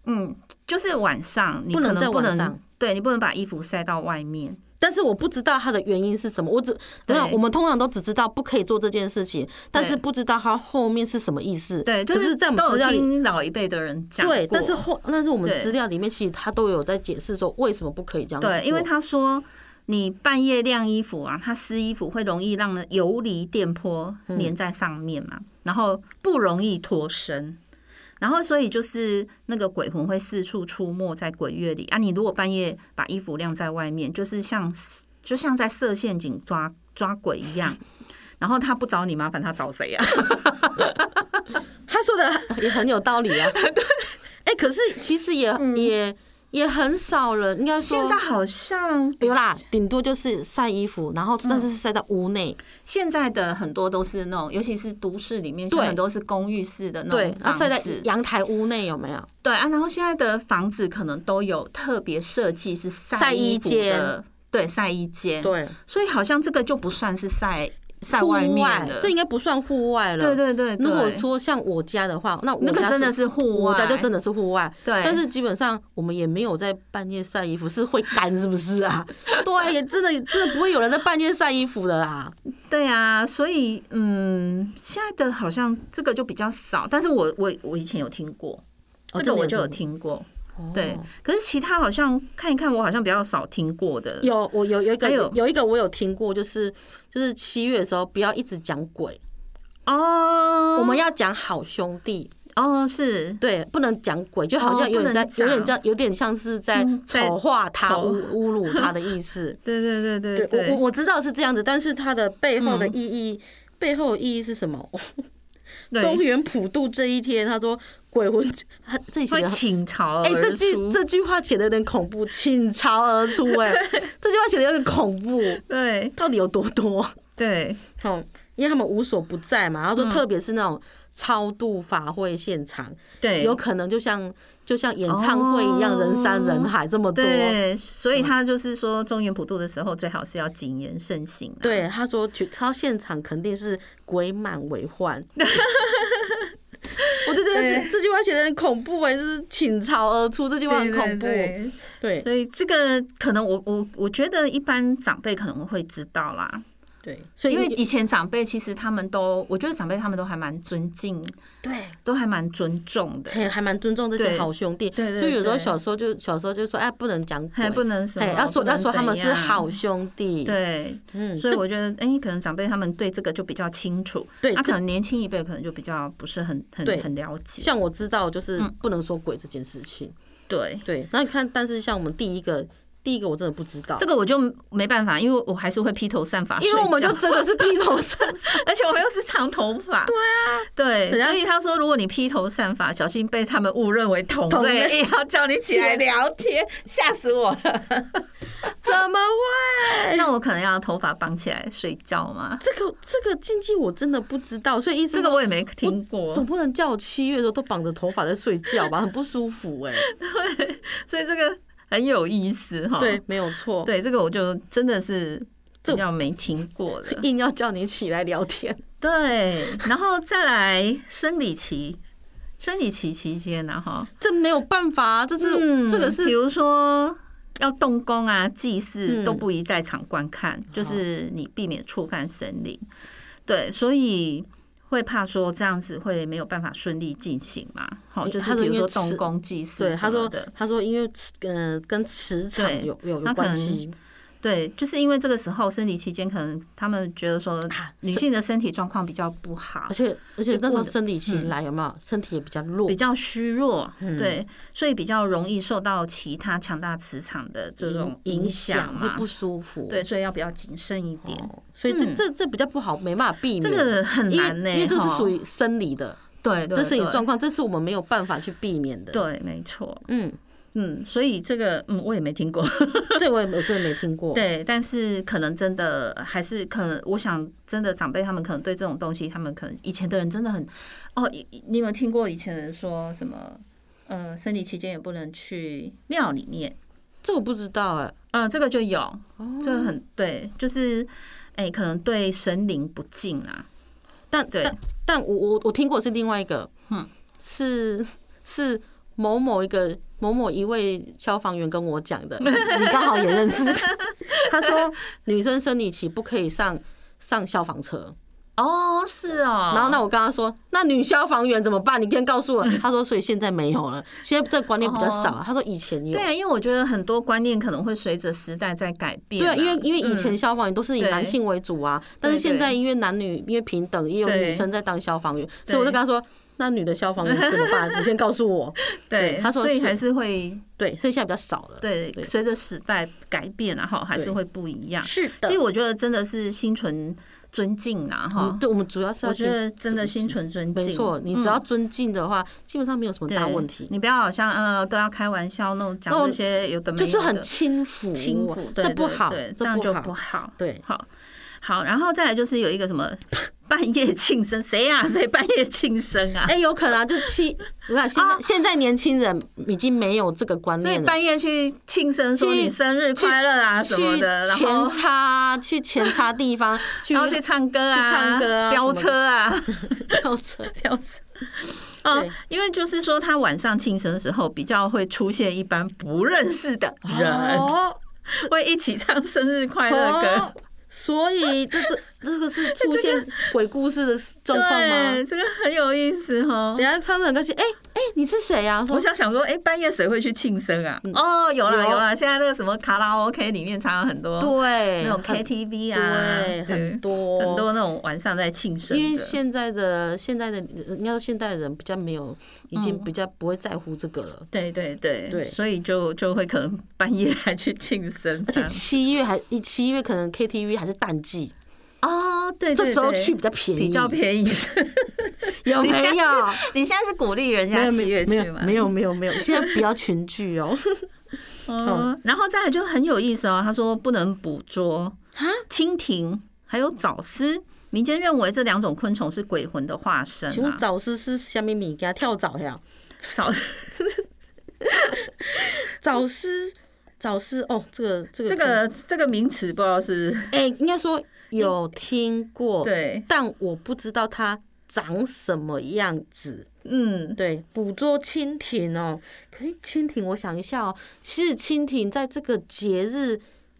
S3: 嗯，就是晚上你
S6: 不
S3: 可
S6: 能
S3: 能
S6: 在
S3: 不
S6: 晚
S3: 能，
S6: 上
S3: 对你不能把衣服晒到外面。
S6: 但是我不知道它的原因是什么，我只等一下
S3: 对
S6: 我们通常都只知道不可以做这件事情，但是不知道它后面是什么意思。
S3: 对，就
S6: 可是在我们
S3: 都
S6: 资
S3: 有
S6: 料里，
S3: 听老一辈的人讲过，
S6: 对，但是后但是我们
S3: 对
S6: 资料里面其实他都有在解释说为什么不可以这样子哦做。
S3: 对，因为他说你半夜晾衣服啊，它湿衣服会容易让人游离电波
S6: 嗯
S3: 粘在上面嘛，然后不容易脱身。然后，所以就是那个鬼魂会四处出没在鬼月里啊。你如果半夜把衣服晾在外面，就是像就像在设陷阱抓抓鬼一样。然后他不找你麻烦，他找谁啊？
S6: 他说的也哦很有 道理啊。对，哎，可是其实也也也很少人，应该说
S3: 嗯现在好像
S6: 有啦，顶多就是晒衣服，然后但
S3: 嗯
S6: 是是晒在屋内，
S3: 现在的很多都是那种，尤其是都市里面，现在
S6: 对
S3: 很多是公寓式的那
S6: 对
S3: 种，
S6: 那啊晒
S3: 房
S6: 在
S3: 子。
S6: 阳台屋内有没有？
S3: 对啊，然后现在的房子可能都有特别设计是晒
S6: 晒
S3: 衣
S6: 衣
S3: 服
S6: 间
S3: 的，对，晒衣间。，
S6: 对，
S3: 所以好像这个就不算是晒晒
S6: 户
S3: 外面
S6: 外
S3: 的，
S6: 这应该不算户外了。
S3: 对对对对。
S6: 如果说像我家的话，那我
S3: 那个
S6: 家
S3: 真的是户外
S6: 我家就真的是户外。
S3: 对
S6: 但是基本上我们也没有在半夜晒衣服，是会干是不是啊？ 对，也真的真的不会有人在半夜晒衣服的啦。
S3: 对啊，所以嗯，现在的好像这个就比较少，但是我我我以前有听过，这
S6: 哦真
S3: 个
S6: 的
S3: 我
S6: 有
S3: 就有
S6: 听
S3: 听过。
S6: 哦
S3: 对，可是其他好像看一看，我好像比较少听过的。
S6: 有我有有一个
S3: 还有
S6: 有一个我有听过，就是就是七月的时候不要一直讲鬼，
S3: 哦，
S6: 我们要讲好兄弟，
S3: 哦是
S6: 对，不能讲鬼，就好
S3: 哦
S6: 像有点在
S3: 不能
S6: 有
S3: 讲
S6: 点像有点像是在
S3: 嗯在
S6: 丑化他、
S3: 丑。
S6: 侮侮辱他的意思
S3: 对对对对
S6: 对我嗯我我知道是这样子，但是它的背后的意义，背后的意义是什么？
S3: 对
S6: 中原普渡这一天，他说鬼魂，他这里写
S3: 会
S6: 的。
S3: 倾巢而
S6: 哎、这句
S3: 出
S6: 这句话写的有点恐怖，倾巢而出、 哎，这句话写的有点恐怖，
S3: 对
S6: 到底有多多？
S3: 对嗯
S6: 好，因为他们无所不在嘛，然后说特别是那种超度法会现场，
S3: 对，
S6: 有可能就像就像演唱会一样，
S3: 哦
S6: 人山人海这么多。啊嗯
S3: 对，所以他就是说，中原普渡的时候，最好是要谨言慎行、啊。
S6: 对，他说去超现场肯定是鬼满为患。 我觉得这个
S3: 对
S6: 这这句话写的很恐怖哎、就是倾巢而出，这句话
S3: 对，对
S6: 很恐怖。
S3: 对
S6: 对
S3: 所以这个可能我我我觉得一般长辈可能会知道啦，
S6: 对，所以
S3: 因为以前长辈其实他们都，我觉得长辈他们都还蛮尊敬，
S6: 对，
S3: 都还蛮尊重的，
S6: 还还蛮尊重这些
S3: 对
S6: 好兄弟。
S3: 对对
S6: 所以有时候
S3: 对
S6: 小时候就小时候就说哎，不能讲鬼，
S3: 还不能什么，
S6: 哎要说
S3: 不能
S6: 要说他们
S3: 怎
S6: 是
S3: 样
S6: 好。兄弟。，
S3: 对，
S6: 嗯，
S3: 所以
S6: 这
S3: 我觉得，哎、可能长辈他们对这个就比较清楚，
S6: 对
S3: 他、
S6: 这
S3: 可能年轻一辈可能就比较不是很很
S6: 对
S3: 很了解，
S6: 像我知道就是
S3: 嗯
S6: 不能说鬼这件事情。
S3: 对，
S6: 对，那你看，但是像我们第一个第一个我真的不知道
S3: 这。个我就没办法，因为我还是会披头散发睡
S6: 因
S3: 觉，
S6: 为我们就真的是披头散 发，
S3: 而且我又是长头发，对啊，
S6: 人
S3: 对，
S6: 家
S3: 所以他说，如果你披头散发，小心被他们误认为同
S6: 同
S3: 类，
S6: 类啊
S3: 也要叫你起来聊天，吓死我了。
S6: 怎么会？
S3: 那我可能要头发绑起来睡觉吗？
S6: 这个这个禁忌我真的不知道，所以意思
S3: 这个
S6: 说
S3: 我也没听过，
S6: 总不能叫我七月的时候都绑着头发在睡觉吧，很 不舒服哎、
S3: 所以这个很有意思哈。
S6: 对，没有错，
S3: 对，这个我就真的是
S6: 这
S3: 比较没听过的。
S6: 硬要叫你起来聊天，
S3: 对，然后再来生理期，生理期期间呢，哈，
S6: 这没有办法、啊，这是、
S3: 嗯，
S6: 这个
S3: 比
S6: 是
S3: 如说要动工啊、祭祀
S6: 嗯
S3: 都不宜在场观看，就是你避免触犯神灵。对，所以会怕说这样子会没有办法顺利进行嘛？好，
S6: 因
S3: 就是
S6: 他说
S3: 比如
S6: 因
S3: 说
S6: 为吃
S3: 动工祭祀
S6: 对他
S3: 什么
S6: 说
S3: 的，
S6: 他说因为磁呃跟磁场
S3: 对
S6: 有
S3: 他
S6: 有有
S3: 可能
S6: 关系，
S3: 对，就是因为这个时候生理期间，可能他们觉得说
S6: 啊
S3: 女
S6: 是
S3: 性的身体状况比较不好
S6: 而，且而且那时候
S3: 我的嗯
S6: 生理期来有没有身体也比较弱
S3: 比，较虚弱，
S6: 嗯
S3: 对，所以比较容易受到其他强大磁场的这种
S6: 影
S3: 响
S6: 会
S3: 嘛
S6: 不。舒服，
S3: 对，所以要比较谨慎一点。
S6: 哦，所以这、
S3: 嗯
S6: 这这比较不好，没办法避免，
S3: 这个很
S6: 因为
S3: 难呢、欸
S6: 因为这是
S3: 哈
S6: 属于生理的，
S3: 对对，
S6: 这是你
S3: 对
S6: 状况，这是我们没有办法去避免的，，
S3: 对，没错，
S6: 嗯，哦
S3: 嗯，所以这个嗯，我也没听过，
S6: 这我也没我真的没听过，
S3: 对，但是可能真的还是可能，我想真的长辈他们可能对这种东西，他们可能以前的人真的很哦，以你有没有听过以前人说什么？呃，生理期间也不能去庙里面，
S6: 这我不知道哎、
S3: 呃，这个就有，
S6: 哦
S3: 这个很对，就是哎、可能对神灵不敬啊，
S6: 但
S3: 对
S6: 但但我我我听过是另外一个，
S3: 嗯，
S6: 是是某某一个某某一位消防员跟我讲 的，你刚好也认识。 他说女生生理期不可以上上消防车，
S3: 哦，是哦，
S6: 然后那我跟他说，那女消防员怎么办？你先告诉我。他说，所以现在没有了，现在这个观念比较少
S3: 哦
S6: 啊。他说以前有
S3: 对。啊，因为我觉得很多观念可能会随着时代在改变
S6: 对
S3: 啊、
S6: 啊，因为因为以前
S3: 嗯
S6: 消防员都是以
S3: 对
S6: 男性为主啊，但是
S3: 对
S6: 现
S3: 对
S6: 在因为男女因为平等，也有
S3: 对
S6: 女生在当消防员，
S3: 对
S6: 所以我就跟他说，那女的消防员怎么 办？你先告诉我。
S3: 对，
S6: 他说
S3: 所以
S6: 是
S3: 还是会
S6: 对，所以现在比较少了。
S3: 对
S6: 对
S3: 随着时代改变啊，哈，还是
S6: 对
S3: 会不一样。
S6: 是的
S3: 其实我觉得真的是心存尊敬啊，
S6: 嗯
S3: 哈，
S6: 对，我们主要是要
S3: 我觉得
S6: 先
S3: 真的心存尊敬，嗯
S6: 没错，你只要尊敬的话，基本上没有什么
S3: 对
S6: 大问题，
S3: 你不要好像呃都要开玩笑那种讲
S6: 那种
S3: 这些有的没有
S6: 就
S3: 的
S6: 是很轻浮，
S3: 轻浮，对
S6: 这不
S3: 对
S6: 好，
S3: 对，这
S6: 这
S3: 样就
S6: 不
S3: 不
S6: 好。
S3: 好，
S6: 对
S3: 好。好，然后再来就是有一个什 么半夜庆生，谁呀、谁半夜庆生啊？
S6: 哎，有可能啊，就七， 你看现在
S3: 哦
S6: 现在年轻人已经没有这个观
S3: 所以
S6: 念了。
S3: 半夜去庆生，说
S6: 去
S3: 你生日 快乐啊什么的，
S6: 去
S3: 然
S6: 前
S3: 后
S6: 插去前插地方，去
S3: 然后去唱歌啊，
S6: 去唱歌啊
S3: 飙
S6: 什么
S3: 车啊，
S6: 飙车，
S3: 飙车。 哦
S6: 对，
S3: 因为就是说他晚上庆生的时候比较会出现一般不认识的人，
S6: 哦
S3: 会一起唱生日快乐歌
S6: 哦。，所以这这这个是出现鬼故事的状况吗
S3: 对，？这个很有意思哦
S6: 等。一下唱的很高兴，哎、哎、你是谁呀、啊？
S3: 我
S6: 说
S3: 想想说，哎、半夜谁会去庆生啊？哦，有啦
S6: 嗯有
S3: 有啦，现在那个什么卡拉 OK 里面常常很多
S6: 哦对，
S3: 那种
S6: 很
S3: KTV 啊，对
S6: 对很多
S3: 很多那种晚上在庆生的，
S6: 因为现在的现在的应该说现代人比较没有，已经比较不会在乎这个了。
S3: 嗯对对对
S6: 对
S3: 所以就就会可能半夜还去庆生
S6: 而
S3: 这
S6: 且
S3: 样，
S6: 七月还一七月可能 KTV 还是淡季，
S3: 哦，对
S6: 这
S3: 对
S6: 时候
S3: 对
S6: 去比较便宜，
S3: 比较便宜。
S6: 有没有？
S3: 你现在是鼓励人
S6: 没
S3: 家
S6: 有
S3: 七月
S6: 没
S3: 去
S6: 有
S3: 吗？
S6: 没有没有没有，现在不要群聚 哦。
S3: 哦。
S6: 嗯
S3: 然后再来就很有意思哦，他说不能捕捉蜻蜓，还有早丝，民间认为这两种昆虫是鬼魂的化身
S6: 请问
S3: 啊，
S6: 早丝是虾米米？给它跳蚤呀？
S3: 早
S6: 早丝，早丝哦，这个这个
S3: 这个这个名词不知道是
S6: 哎、应该说有听过，，
S3: 对，
S6: 但我不知道它长什么样子。
S3: 嗯，
S6: 对，捕捉蜻蜓哦，可以蜻蜓，我想一下哦，其实蜻蜓在这个节日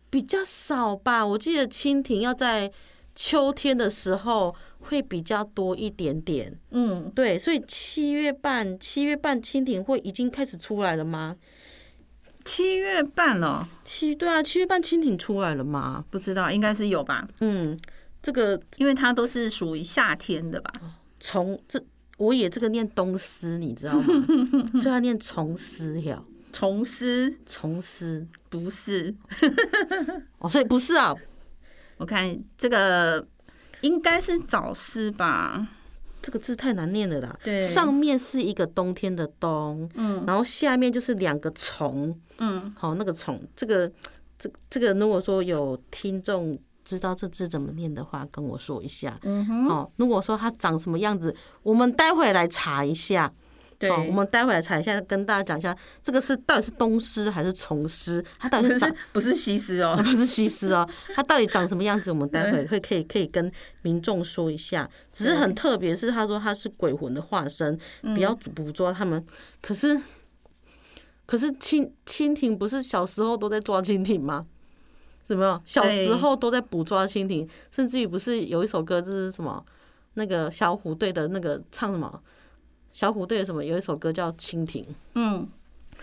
S6: 比较少吧，我记得蜻蜓要在秋天的时候会比较多一点点。
S3: 嗯，
S6: 对，所以七月半，七月半蜻蜓会已经开始出来了吗？
S3: 七月半了，
S6: 七对啊，七月半蜻蜓出来了吗？
S3: 不知道应该是有吧，
S6: 嗯，这个
S3: 因为它都是属于夏天的吧，
S6: 虫这我也这个念东施，你知道吗？所以要念虫师呀，
S3: 虫丝
S6: 虫师
S3: 不是，
S6: 哦，所以不是啊，
S3: 我看这个应该是早丝吧，
S6: 这个字太难念了啦。
S3: 对
S6: 上面是一个冬天的冬，
S3: 嗯
S6: 然后下面就是两个虫，
S3: 嗯，
S6: 好、那个虫，这个这这个，如果说有听众知道这字怎么念的话，跟我说一下。嗯哼，哦，如果说它长什么样子，我们待会来查一下。
S3: 对，
S6: 哦，我们待会来查一下，跟大家讲一下，这个是到底是东施还是虫施，它到底
S3: 可
S6: 是长
S3: 是不是西施哦
S6: 它， 不是西施哦，它到底长什么样子？我们待会会可以可以跟民众说一下。只是很特别，是他说他是鬼魂的化身，不要捕捉他们。可是，可是蜻蜻蜓不是小时候都在抓蜻蜓吗？什么？小时候都在捕抓蜻蜓，甚至于不是有一首歌就是什么那个小虎队的那个唱什么？小虎队的什么？有一首歌叫《蜻蜓》。
S3: 嗯，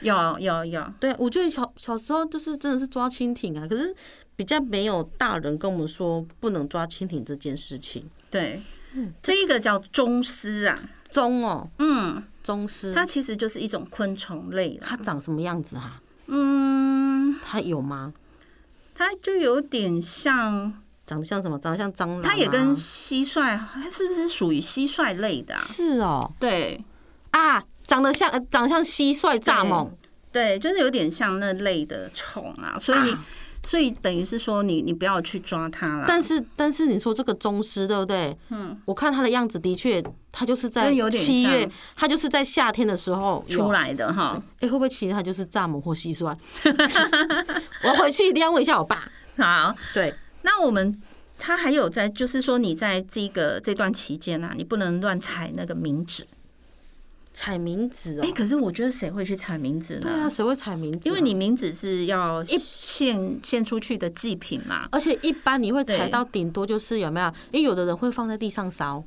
S3: 有有有，
S6: 对，我觉得小小时候就是真的是抓蜻蜓啊，可是比较没有大人跟我们说不能抓蜻蜓这件事情。
S3: 对，这一个叫中丝啊，
S6: 钟哦，
S3: 嗯，
S6: 钟师，
S3: 它
S6: 它
S3: 其实就是一种昆虫类啦，
S6: 它长什么样子啊？
S3: 嗯，
S6: 它有吗？
S3: 它就有点像，
S6: 长得像什么？长得像蟑螂、啊？
S3: 它也跟蟋蟀，它是不是属于蟋蟀类的、啊？
S6: 是哦
S3: 对
S6: 啊，长得像呃长得像蟋蟀、蚱
S3: 啊
S6: 蜢。
S3: 对，就是有点像那类的虫啊，所以你、所以等于是说你你不要去抓它啦。
S6: 但是但是你说这个钟师对不对？嗯，我看它的样子的确，它就是在
S3: 真有点
S6: 七月
S3: 像，
S6: 它就是在夏天的时候有
S3: 出来的哈，
S6: 哎、会不会其实它就是蚱蜢或 蟋蟀？啊我回去一定要问一下我爸。
S3: 好，
S6: 对，
S3: 那我们它还有在，就是说你在这个这段期间啊，你不能乱采那个名纸。
S6: 采名字哦、
S3: 哎、可是我觉得谁会去采名纸呢？
S6: 对啊，谁会采名字啊、
S3: 因为你名纸是要献献出去的祭品嘛。
S6: 而且一般你会采
S3: 对
S6: 到顶多就是有没有？因为有的人会放在地上烧，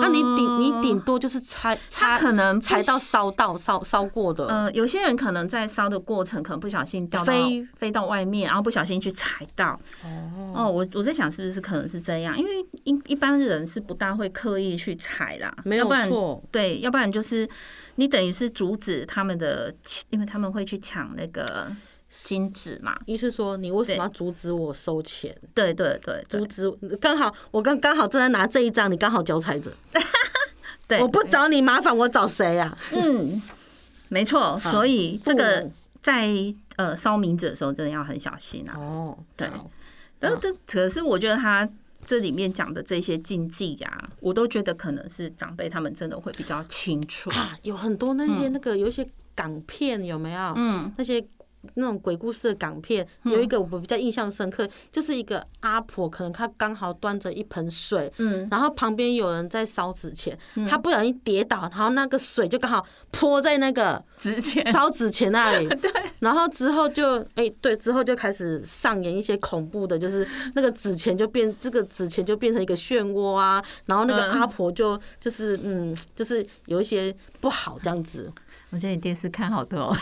S3: 哦
S6: 那、你顶你顶多就是拆
S3: 他
S6: 拆
S3: 可能不
S6: 采到烧到烧烧过的，
S3: 呃，有些人可能在烧的过程，可能不小心掉到
S6: 飞
S3: 飞到外面，然后不小心去踩到。哦，我我在想是不是可能是这样，因为一一般人是不大会刻意去踩啦，
S6: 没
S3: 要
S6: 有
S3: 不然
S6: 错。
S3: 对，要不然就是你等于是阻止他们的，因为他们会去抢那个金纸嘛。
S6: 医生说你为什么要阻止我收钱？
S3: 对对对
S6: 阻
S3: 对
S6: 止刚好我刚刚好正在拿这一张，你刚好脚踩着，
S3: 对，
S6: 我不找你麻烦，我找谁啊呀、
S3: 嗯，没错，所以这个
S6: 不
S3: 在呃烧冥纸的时候，真的要很小心啊。
S6: 哦，
S3: 对
S6: 好
S3: 但这可是我觉得他这里面讲的这些禁忌呀、我都觉得可能是长辈他们真的会比较清楚。
S6: 啊，有很多那些那个、有一些港片有没有？
S3: 嗯，
S6: 那些那种鬼故事的港片，有一个我比较印象深刻，就是一个阿婆，可能她刚好端着一盆水，
S3: 嗯，
S6: 然后旁边有人在烧纸钱，她不小心跌倒，然后那个水就刚好泼在那个
S3: 之 前
S6: 烧纸钱那 里，对，然后之后就哎、对，之后就开始上演一些恐怖的，就是那个纸钱就变这个纸钱就变成一个漩涡啊，然后那个
S3: 嗯
S6: 阿婆就就是嗯，就是有一些不好这 样子。
S3: 我觉得你电视看好多、哦，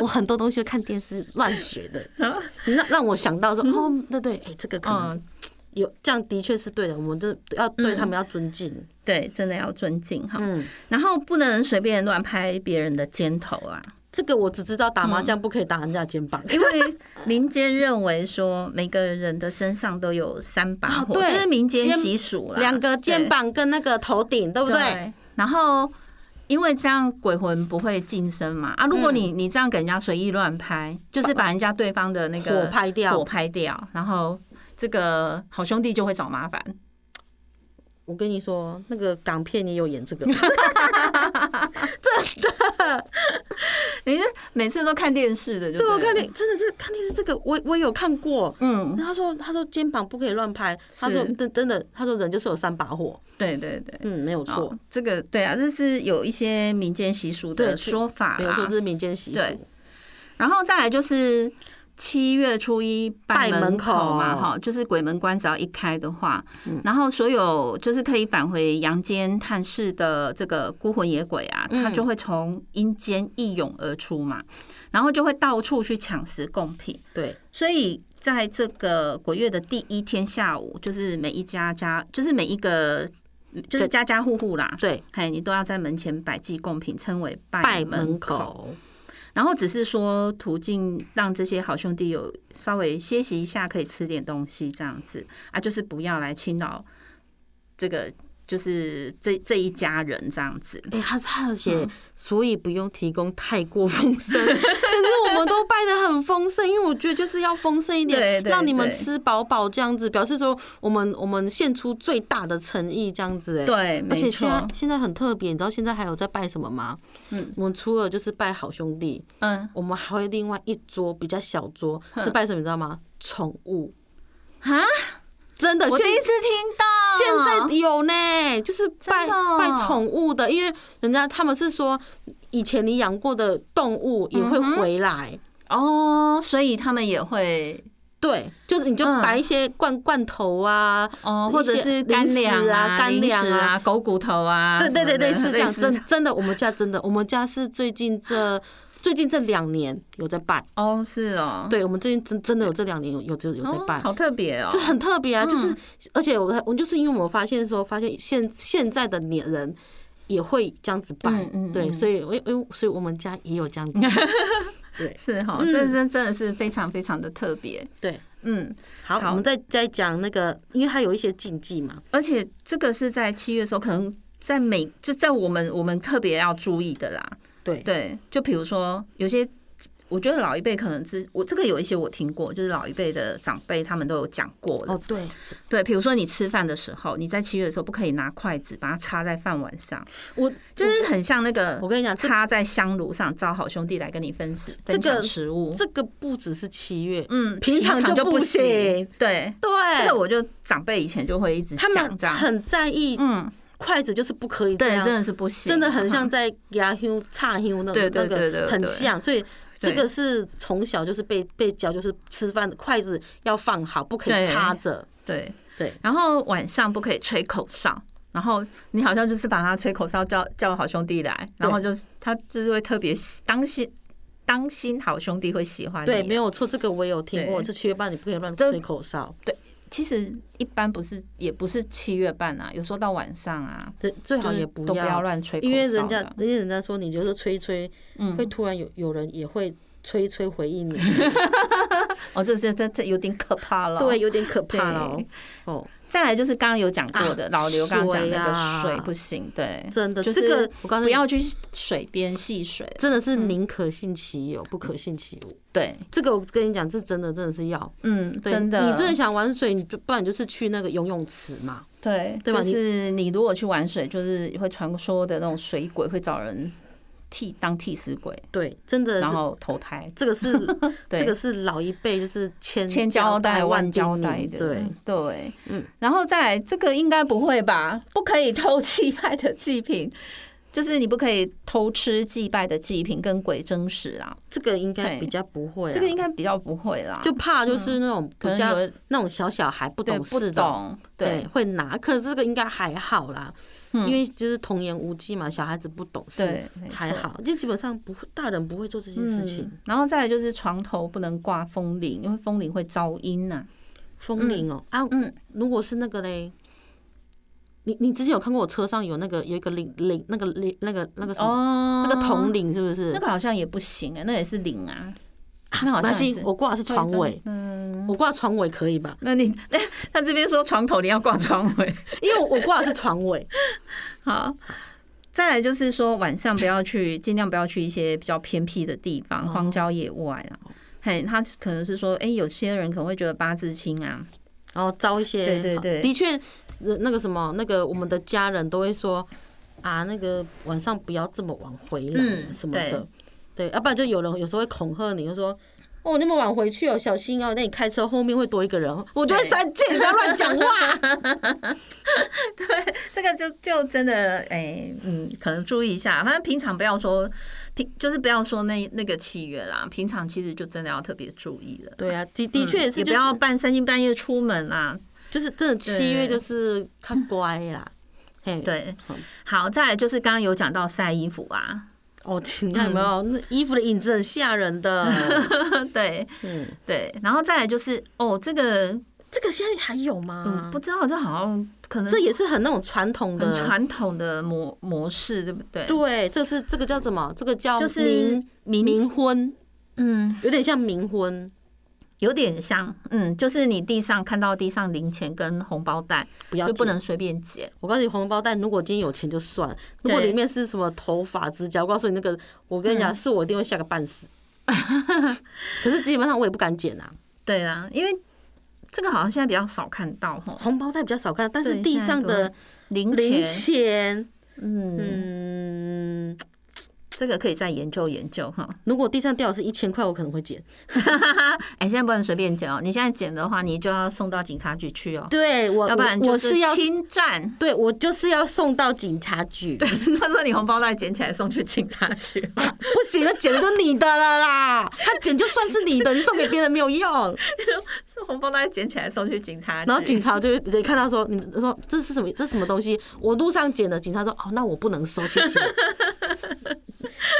S6: 我很多东西看电视乱学的，让让我想到说，哦，那对，哎，这个可能
S3: 哦嗯，
S6: 有这样的确是对的，我们就要对他们要尊敬。
S3: 对，真的要尊敬哈。
S6: 嗯，
S3: 然后不能随便乱拍别人的肩头 啊，
S6: 这个我只知道打麻将不可以打人家肩膀，
S3: 嗯因为民间认为说每个人的身上都有三把火，
S6: 对
S3: 这是民间
S6: 肩
S3: 习俗啦。
S6: 两个肩
S3: 对
S6: 膀跟那个头顶，对不对？
S3: 对？然后因为这样鬼魂不会近身嘛啊！如果你
S6: 嗯
S3: 你这样给人家随意乱拍，就是把人家对方的那个
S6: 火拍掉
S3: 火拍掉，然后这个好兄弟就会找麻烦。
S6: 我跟你说，那个港片也有 演这个，
S3: 你是每次都看电视的就，
S6: 对我看电，真的，这看电视这个，我我也有看过。
S3: 嗯
S6: 那，他说，他说肩膀不可以乱拍，他说
S3: 是
S6: 真真的，他说人就是有三把火，
S3: 对对对，
S6: 嗯，没有错
S3: 哦，，这个对啊，这是有一些民间习俗的
S6: 对
S3: 说法
S6: 没有错，
S3: 啦
S6: 这。是民间习
S3: 对
S6: 俗。
S3: 然后再来就是七月初一拜
S6: 拜门
S3: 口嘛，
S6: 口嗯
S3: 哈，就是鬼门关只要一开的话，然后所有就是可以返回阳间探视的这个孤魂野鬼啊，
S6: 嗯
S3: 他就会从阴间一涌而出嘛，然后就会到处去抢食贡品，
S6: 对，
S3: 所以。在这个鬼月的第一天下午，就是每一家家，就是每一个，就是家家户户啦，
S6: 对，
S3: 哎，你都要在门前摆祭贡品，称为
S6: 拜
S3: 门
S6: 门。口，
S3: 然后只是说途径让这些好兄弟有稍微歇息一下，可以吃点东西这样子啊，就是不要来侵扰这个，就是这这一家人这样子。
S6: 哎、他他写，
S3: 嗯
S6: 所以不用提供太过丰盛，可是我们都拜的很丰盛，因为我觉得就是要丰盛一点，
S3: 对对
S6: 让你们
S3: 对
S6: 吃饱饱这样子，表示说我们我们献出最大的诚意这样子、哎，
S3: 对，
S6: 而
S3: 没
S6: 且现
S3: 错
S6: 在，现在很特别，你知道现在还有在拜什么吗？
S3: 嗯
S6: 我们除了就是拜好兄弟，
S3: 嗯，
S6: 我们还会另外一桌比较小桌是拜什么，你知道吗？宠物，
S3: 啊，
S6: 真的，
S3: 我
S6: 现
S3: 第一次听到，
S6: 现在有呢，就是拜
S3: 真的哦
S6: 拜宠物的，因为人家他们是说，以前你养过的动物也
S3: 嗯
S6: 会回来，
S3: 哦，所以他们也会
S6: 对，就是你就
S3: 嗯
S6: 摆一些罐罐头啊，
S3: 哦，
S6: 一
S3: 或者
S6: 些
S3: 是
S6: 零
S3: 干
S6: 食
S3: 粮
S6: 啊、干
S3: 零
S6: 粮
S3: 食啊、狗骨头啊什
S6: 对
S3: 么的，
S6: 对对，类似这样，
S3: 似
S6: 真真的，我们家真的，我们家是最近这最近这两年有在拜，
S3: 哦，是哦，
S6: 对我们最近真真的有这两年有有有有在
S3: 哦
S6: 拜，
S3: 好特别哦，
S6: 就很特别啊，就是而且我我就是因为我发现说，发现现现在的年人也会这样子拜，
S3: 嗯嗯
S6: 对，
S3: 嗯
S6: 所以我因为所以我们家也有这 样子，
S3: 是哈，
S6: 嗯
S3: 这真真的是非常非常的特别。
S6: 对。
S3: 嗯，
S6: 好，
S3: 好
S6: 我们再再讲那个，因为它有一些禁忌嘛，
S3: 而且这个是在七月的时候，可能在美就在我们我们特别要注意的啦。
S6: 对
S3: 对，就比如说有些，我觉得老一辈可能知我这个有一些我听过，就是老一辈的长辈他们都有讲过的。
S6: 哦对，
S3: 对，比如说你吃饭的时候，你在七月的时候不可以拿筷子把它插在饭碗上，
S6: 我
S3: 就是很像那个
S6: 我跟你讲这
S3: 插在香炉上，招好兄弟来跟你分食
S6: 这
S3: 分享
S6: 个
S3: 食物。
S6: 这个不只是七月，
S3: 嗯，
S6: 平常就
S3: 就
S6: 不
S3: 行
S6: 行。
S3: 对，
S6: 对，
S3: 这个我就长辈以前就会一直
S6: 他
S3: 讲这样，
S6: 们很在意
S3: 嗯，
S6: 筷子就是不可以这
S3: 对，
S6: 样，
S3: 真的是不行，
S6: 真的很像在牙修叉修那
S3: 对
S6: 种
S3: 对
S6: 那
S3: 对对
S6: 个很
S3: 对
S6: 像，所以这
S3: 对
S6: 个是从小就是被被教，就是吃饭的筷子要放好，不可
S3: 对
S6: 以插着。
S3: 对
S6: 对。
S3: 然后晚上不可以吹口哨，然后你好像就是把他吹口哨叫叫好兄弟来，然后就是他就是会特别喜当心当心好兄弟会喜欢你。啊
S6: 对，没。有错，这个我也有听过。
S3: 对
S6: 这七月半你不可以乱
S3: 这
S6: 吹口哨，
S3: 其实一般不是也不是七月半啊，有时候到晚上啊，
S6: 对，最
S3: 就
S6: 好
S3: 是
S6: 也
S3: 都不要
S6: 要，
S3: 乱吹口哨
S6: 因
S3: 的，
S6: 为人家人家人家说你就是吹一吹，
S3: 嗯
S6: 会突然有有人也会吹一吹回应 你，
S3: 哦，这这这这有点可怕了。哦
S6: 对，有点可怕了
S3: 对
S6: 哦。
S3: 再来就是刚刚有讲过的，
S6: 啊
S3: 老刘刚刚讲那
S6: 水
S3: 个
S6: 啊
S3: 水不行，对，
S6: 真的
S3: 就是
S6: 这个我刚才
S3: 不要去水边戏水，
S6: 真的是
S3: 嗯
S6: 宁可信其有，不可信其无。
S3: 对，
S6: 这个我跟你讲，是真的，真的是要
S3: 嗯，
S6: 对
S3: 真的，
S6: 你真的想玩水，你就不然你就是去那个游泳池嘛。
S3: 对，
S6: 对吧
S3: 就
S6: 你
S3: 是你如果去玩水，就是会传说的那种水鬼会找人替当替死鬼，
S6: 对，真的，
S3: 然
S6: 呃这
S3: 后投胎，
S6: 这个是
S3: 对
S6: 这个是老一辈就是千
S3: 千交
S6: 嗯交
S3: 代万
S6: 万
S3: 交
S6: 叮咛
S3: 代的，
S6: 对，
S3: 对，
S6: 嗯，
S3: 然后再来这个应该不会吧？不可以偷祭拜的祭品。就是你不可以偷吃祭拜的祭品跟鬼争食啊，
S6: 这个应该
S3: 对
S6: 比较不会啊，
S3: 这个应该比较不会啦，
S6: 就怕就是那种
S3: 可
S6: 比
S3: 能
S6: 较
S3: 有的
S6: 那种小小孩不
S3: 对
S6: 懂事
S3: 不
S6: 的，
S3: 懂，
S6: 对，
S3: 对
S6: 会拿。可是这个应该还好啦，
S3: 嗯
S6: 因为就是童言无忌嘛，小孩子不懂事
S3: 对，没错
S6: 还好，就基本上不会，大人不会做这件事情。
S3: 嗯然后再来就是床头不能挂风铃，因为风铃会招阴呐、啊
S6: 风铃哦啊，
S3: 嗯
S6: 如果是那个嘞。你你之前有看过我车上有那个有一个铃铃那个铃那个那个什么
S3: 哦
S6: 那个铜，铃是不是？
S3: 那个好像也不行啊、那也是铃啊，那好
S6: 那
S3: 像
S6: 行
S3: 是，
S6: 我挂的是床尾，
S3: 嗯，
S6: 我挂床尾可以吧？
S3: 那你他这边说床头你要挂床尾，
S6: 因为我挂的是床尾，
S3: 好。再来就是说，晚上不要去，尽量不要去一些比较偏僻的地方，
S6: 哦
S3: 荒郊野外啦。嘿，他可能是说，哎、有些人可能会觉得八字青啊，
S6: 然后招一些，
S3: 对对对
S6: 的确，呃那个什么，那个我们的家人都会说啊，那个晚上不要这么晚回来
S3: 嗯
S6: 什么的，对，啊要不然就有人有时候会恐吓你，就说。哦，那么晚回去哦，小心哦！那你开车后面会多一个人哦，我就会
S3: 对
S6: 生气，你不要乱讲话。
S3: 这个就就真的哎、嗯，可能注意一下。反正平常不要说平，就是不要说那那个契约啦。平常其实就真的要特别注意了。嗯
S6: 对啊，的的确也
S3: 也
S6: 是，
S3: 不要半三更半夜出门啊啦。
S6: 就是真的七月就是看乖啦。嘿，
S3: 对
S6: 好，
S3: 好，再来就是刚刚有讲到晒衣服啊，
S6: 哦，你看有没
S3: 嗯
S6: 有那衣服的影子很吓 人的？
S3: 对
S6: 嗯，
S3: 对，然后再来就是哦，这个
S6: 这个现在还有吗
S3: 嗯，？不知道这好像可能
S6: 这也是很那种传统
S3: 很
S6: 的，
S3: 传统的模模式，对不对？
S6: 对，这是这个叫什么？这个叫
S3: 就是
S6: 冥
S3: 冥
S6: 冥婚，
S3: 嗯，
S6: 有点像冥婚，
S3: 有点像，嗯，就是你地上看到地上零钱跟红包袋，
S6: 不要
S3: 就不
S6: 捡
S3: 能随便捡。
S6: 我告诉你，红包袋如果今天有钱就算，如果
S3: 对嗯
S6: 里面是什么头发、指甲，我告诉你那个，我跟你讲，是我一定会吓个半死。 可是基本上我也不敢捡啊，
S3: 对啊，因为这个好像现在比较少看到哈，
S6: 红包袋比较少看，但是
S3: 对
S6: 地
S3: 现在
S6: 上
S3: 都
S6: 的
S3: 零
S6: 零
S3: 钱，
S6: 钱，
S3: 嗯，
S6: 嗯，
S3: 这个可以再研究研究哈。
S6: 如果地上掉的是一千块，我可能会捡。
S3: 哎、现在不能随便捡哦，你现在捡的话，你就要送到警察局去哦，
S6: 对我，
S3: 要不然
S6: 我
S3: 就
S6: 我是要，
S3: 侵占。
S6: 对我就是要送到警察局。
S3: 他说你红包袋捡起来送去警察局，
S6: 不行，那捡的就你的了啦，他捡就算是你的，你送给别人没有用。
S3: 是红包袋捡起来送去警察局，
S6: 然后警察就就看到说，你说这是什么？这是什么东西？我路上捡的。警察说，哦，那我不能收，谢 谢。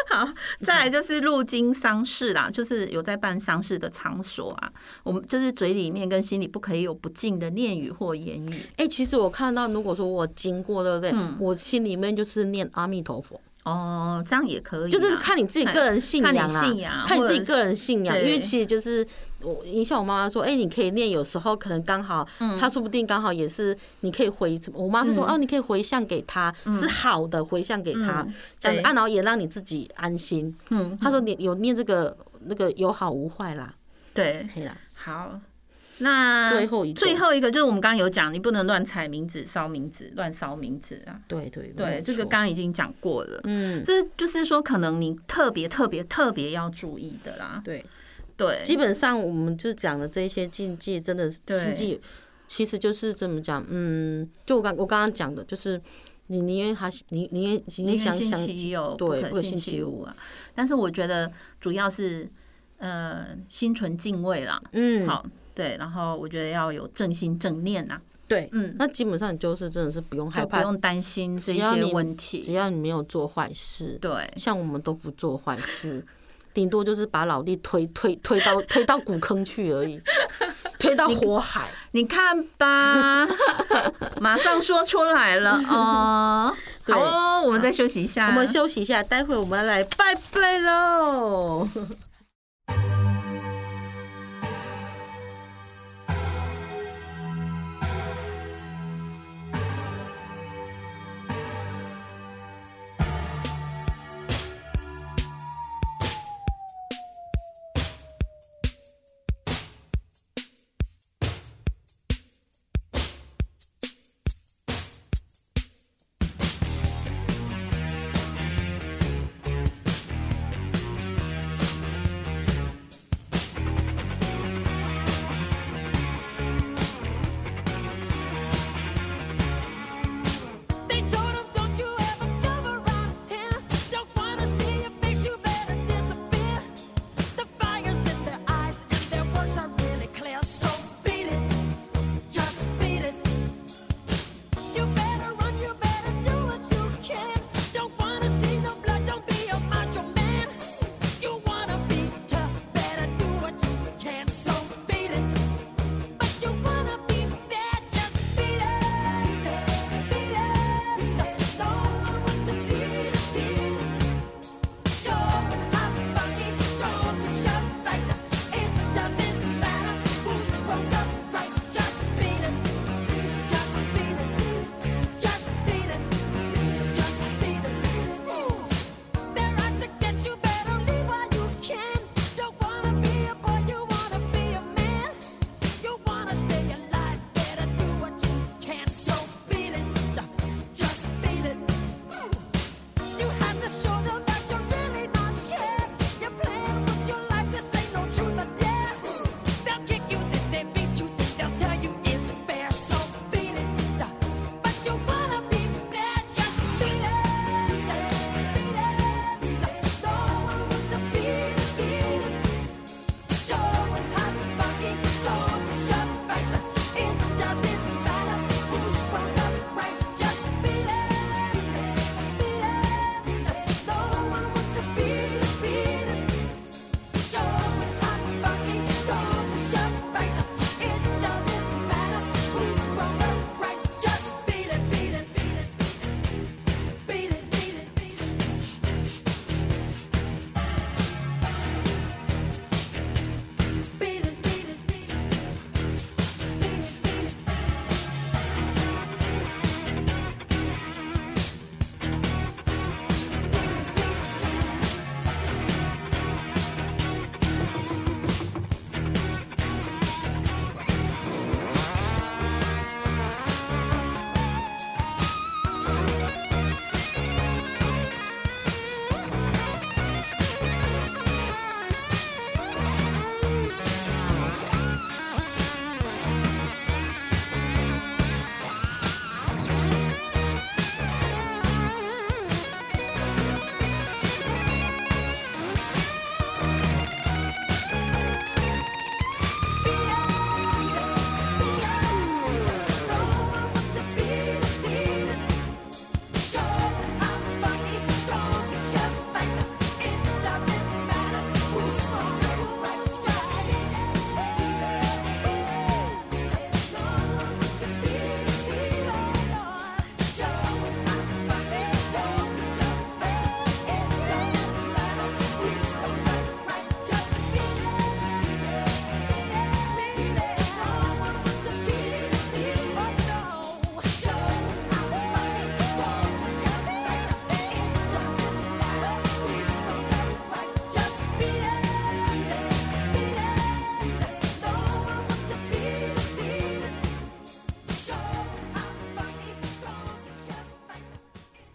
S3: 好，再来就是入京丧事啦，就是有在办丧事的场所啊，我们就是嘴里面跟心里不可以有不敬的念语或言语。
S6: 哎、其实我看到，如果说我经过，对不对？
S3: 嗯
S6: 我心里面就是念阿弥陀佛，
S3: 哦，这样也可以啦，
S6: 就是看你自己个人信仰
S3: 看
S6: 啦，
S3: 你信仰，啊
S6: 看你自
S3: 或
S6: 己
S3: 者是
S6: 个人信仰。因为
S3: 对
S6: 其实就是我，你像我妈妈说，哎、你可以念，有时候可能刚好，她说不定刚好也是你可以回。我妈是说，
S3: 嗯
S6: 哦，你可以回向给她，是好的回向给她，
S3: 嗯
S6: 这样
S3: 对
S6: 子啊，然后也让你自己安心。
S3: 嗯，
S6: 她说你有念这个，那个有好无坏啦，
S3: 对，
S6: 可以啦。
S3: 好。那
S6: 最后一个
S3: 最后一个就是我们刚刚有讲，你不能乱踩名字、烧名字、乱烧名字啊。
S6: 对对
S3: 对，这个刚刚已经讲过了。
S6: 嗯，
S3: 这就是说，可能你特别特别特别要注意的啦。
S6: 对，
S3: 对，
S6: 基本上我们就讲的这些禁忌，真的是
S3: 对
S6: 禁忌，其实就是怎么讲？嗯，就我刚我刚刚讲的，就是你宁愿还你宁愿你
S3: 宁愿
S6: 想
S3: 星
S6: 想
S3: 期有，
S6: 对，
S3: 不
S6: 不
S3: 可
S6: 可
S3: 星
S6: 星
S3: 期
S6: 期
S3: 五啊。但是我觉得主要是呃心存敬畏啦，
S6: 嗯，
S3: 好对，然后我觉得要有正心正念呐，
S6: 对，
S3: 嗯，
S6: 那基本上你就是真的是不用害
S3: 就不
S6: 怕，
S3: 用担心这
S6: 只要
S3: 些
S6: 你
S3: 问
S6: 只
S3: 题。
S6: 要你没有做坏事，
S3: 对，
S6: 像我们都不做坏事， 顶多就是把老弟推推推到推到古坑去 而已，推到火海。
S3: 你看 吧，马上说出来了哦。
S6: 对
S3: 好哦，我们再休息一下，
S6: 我们休息一下，待会我们来拜拜喽。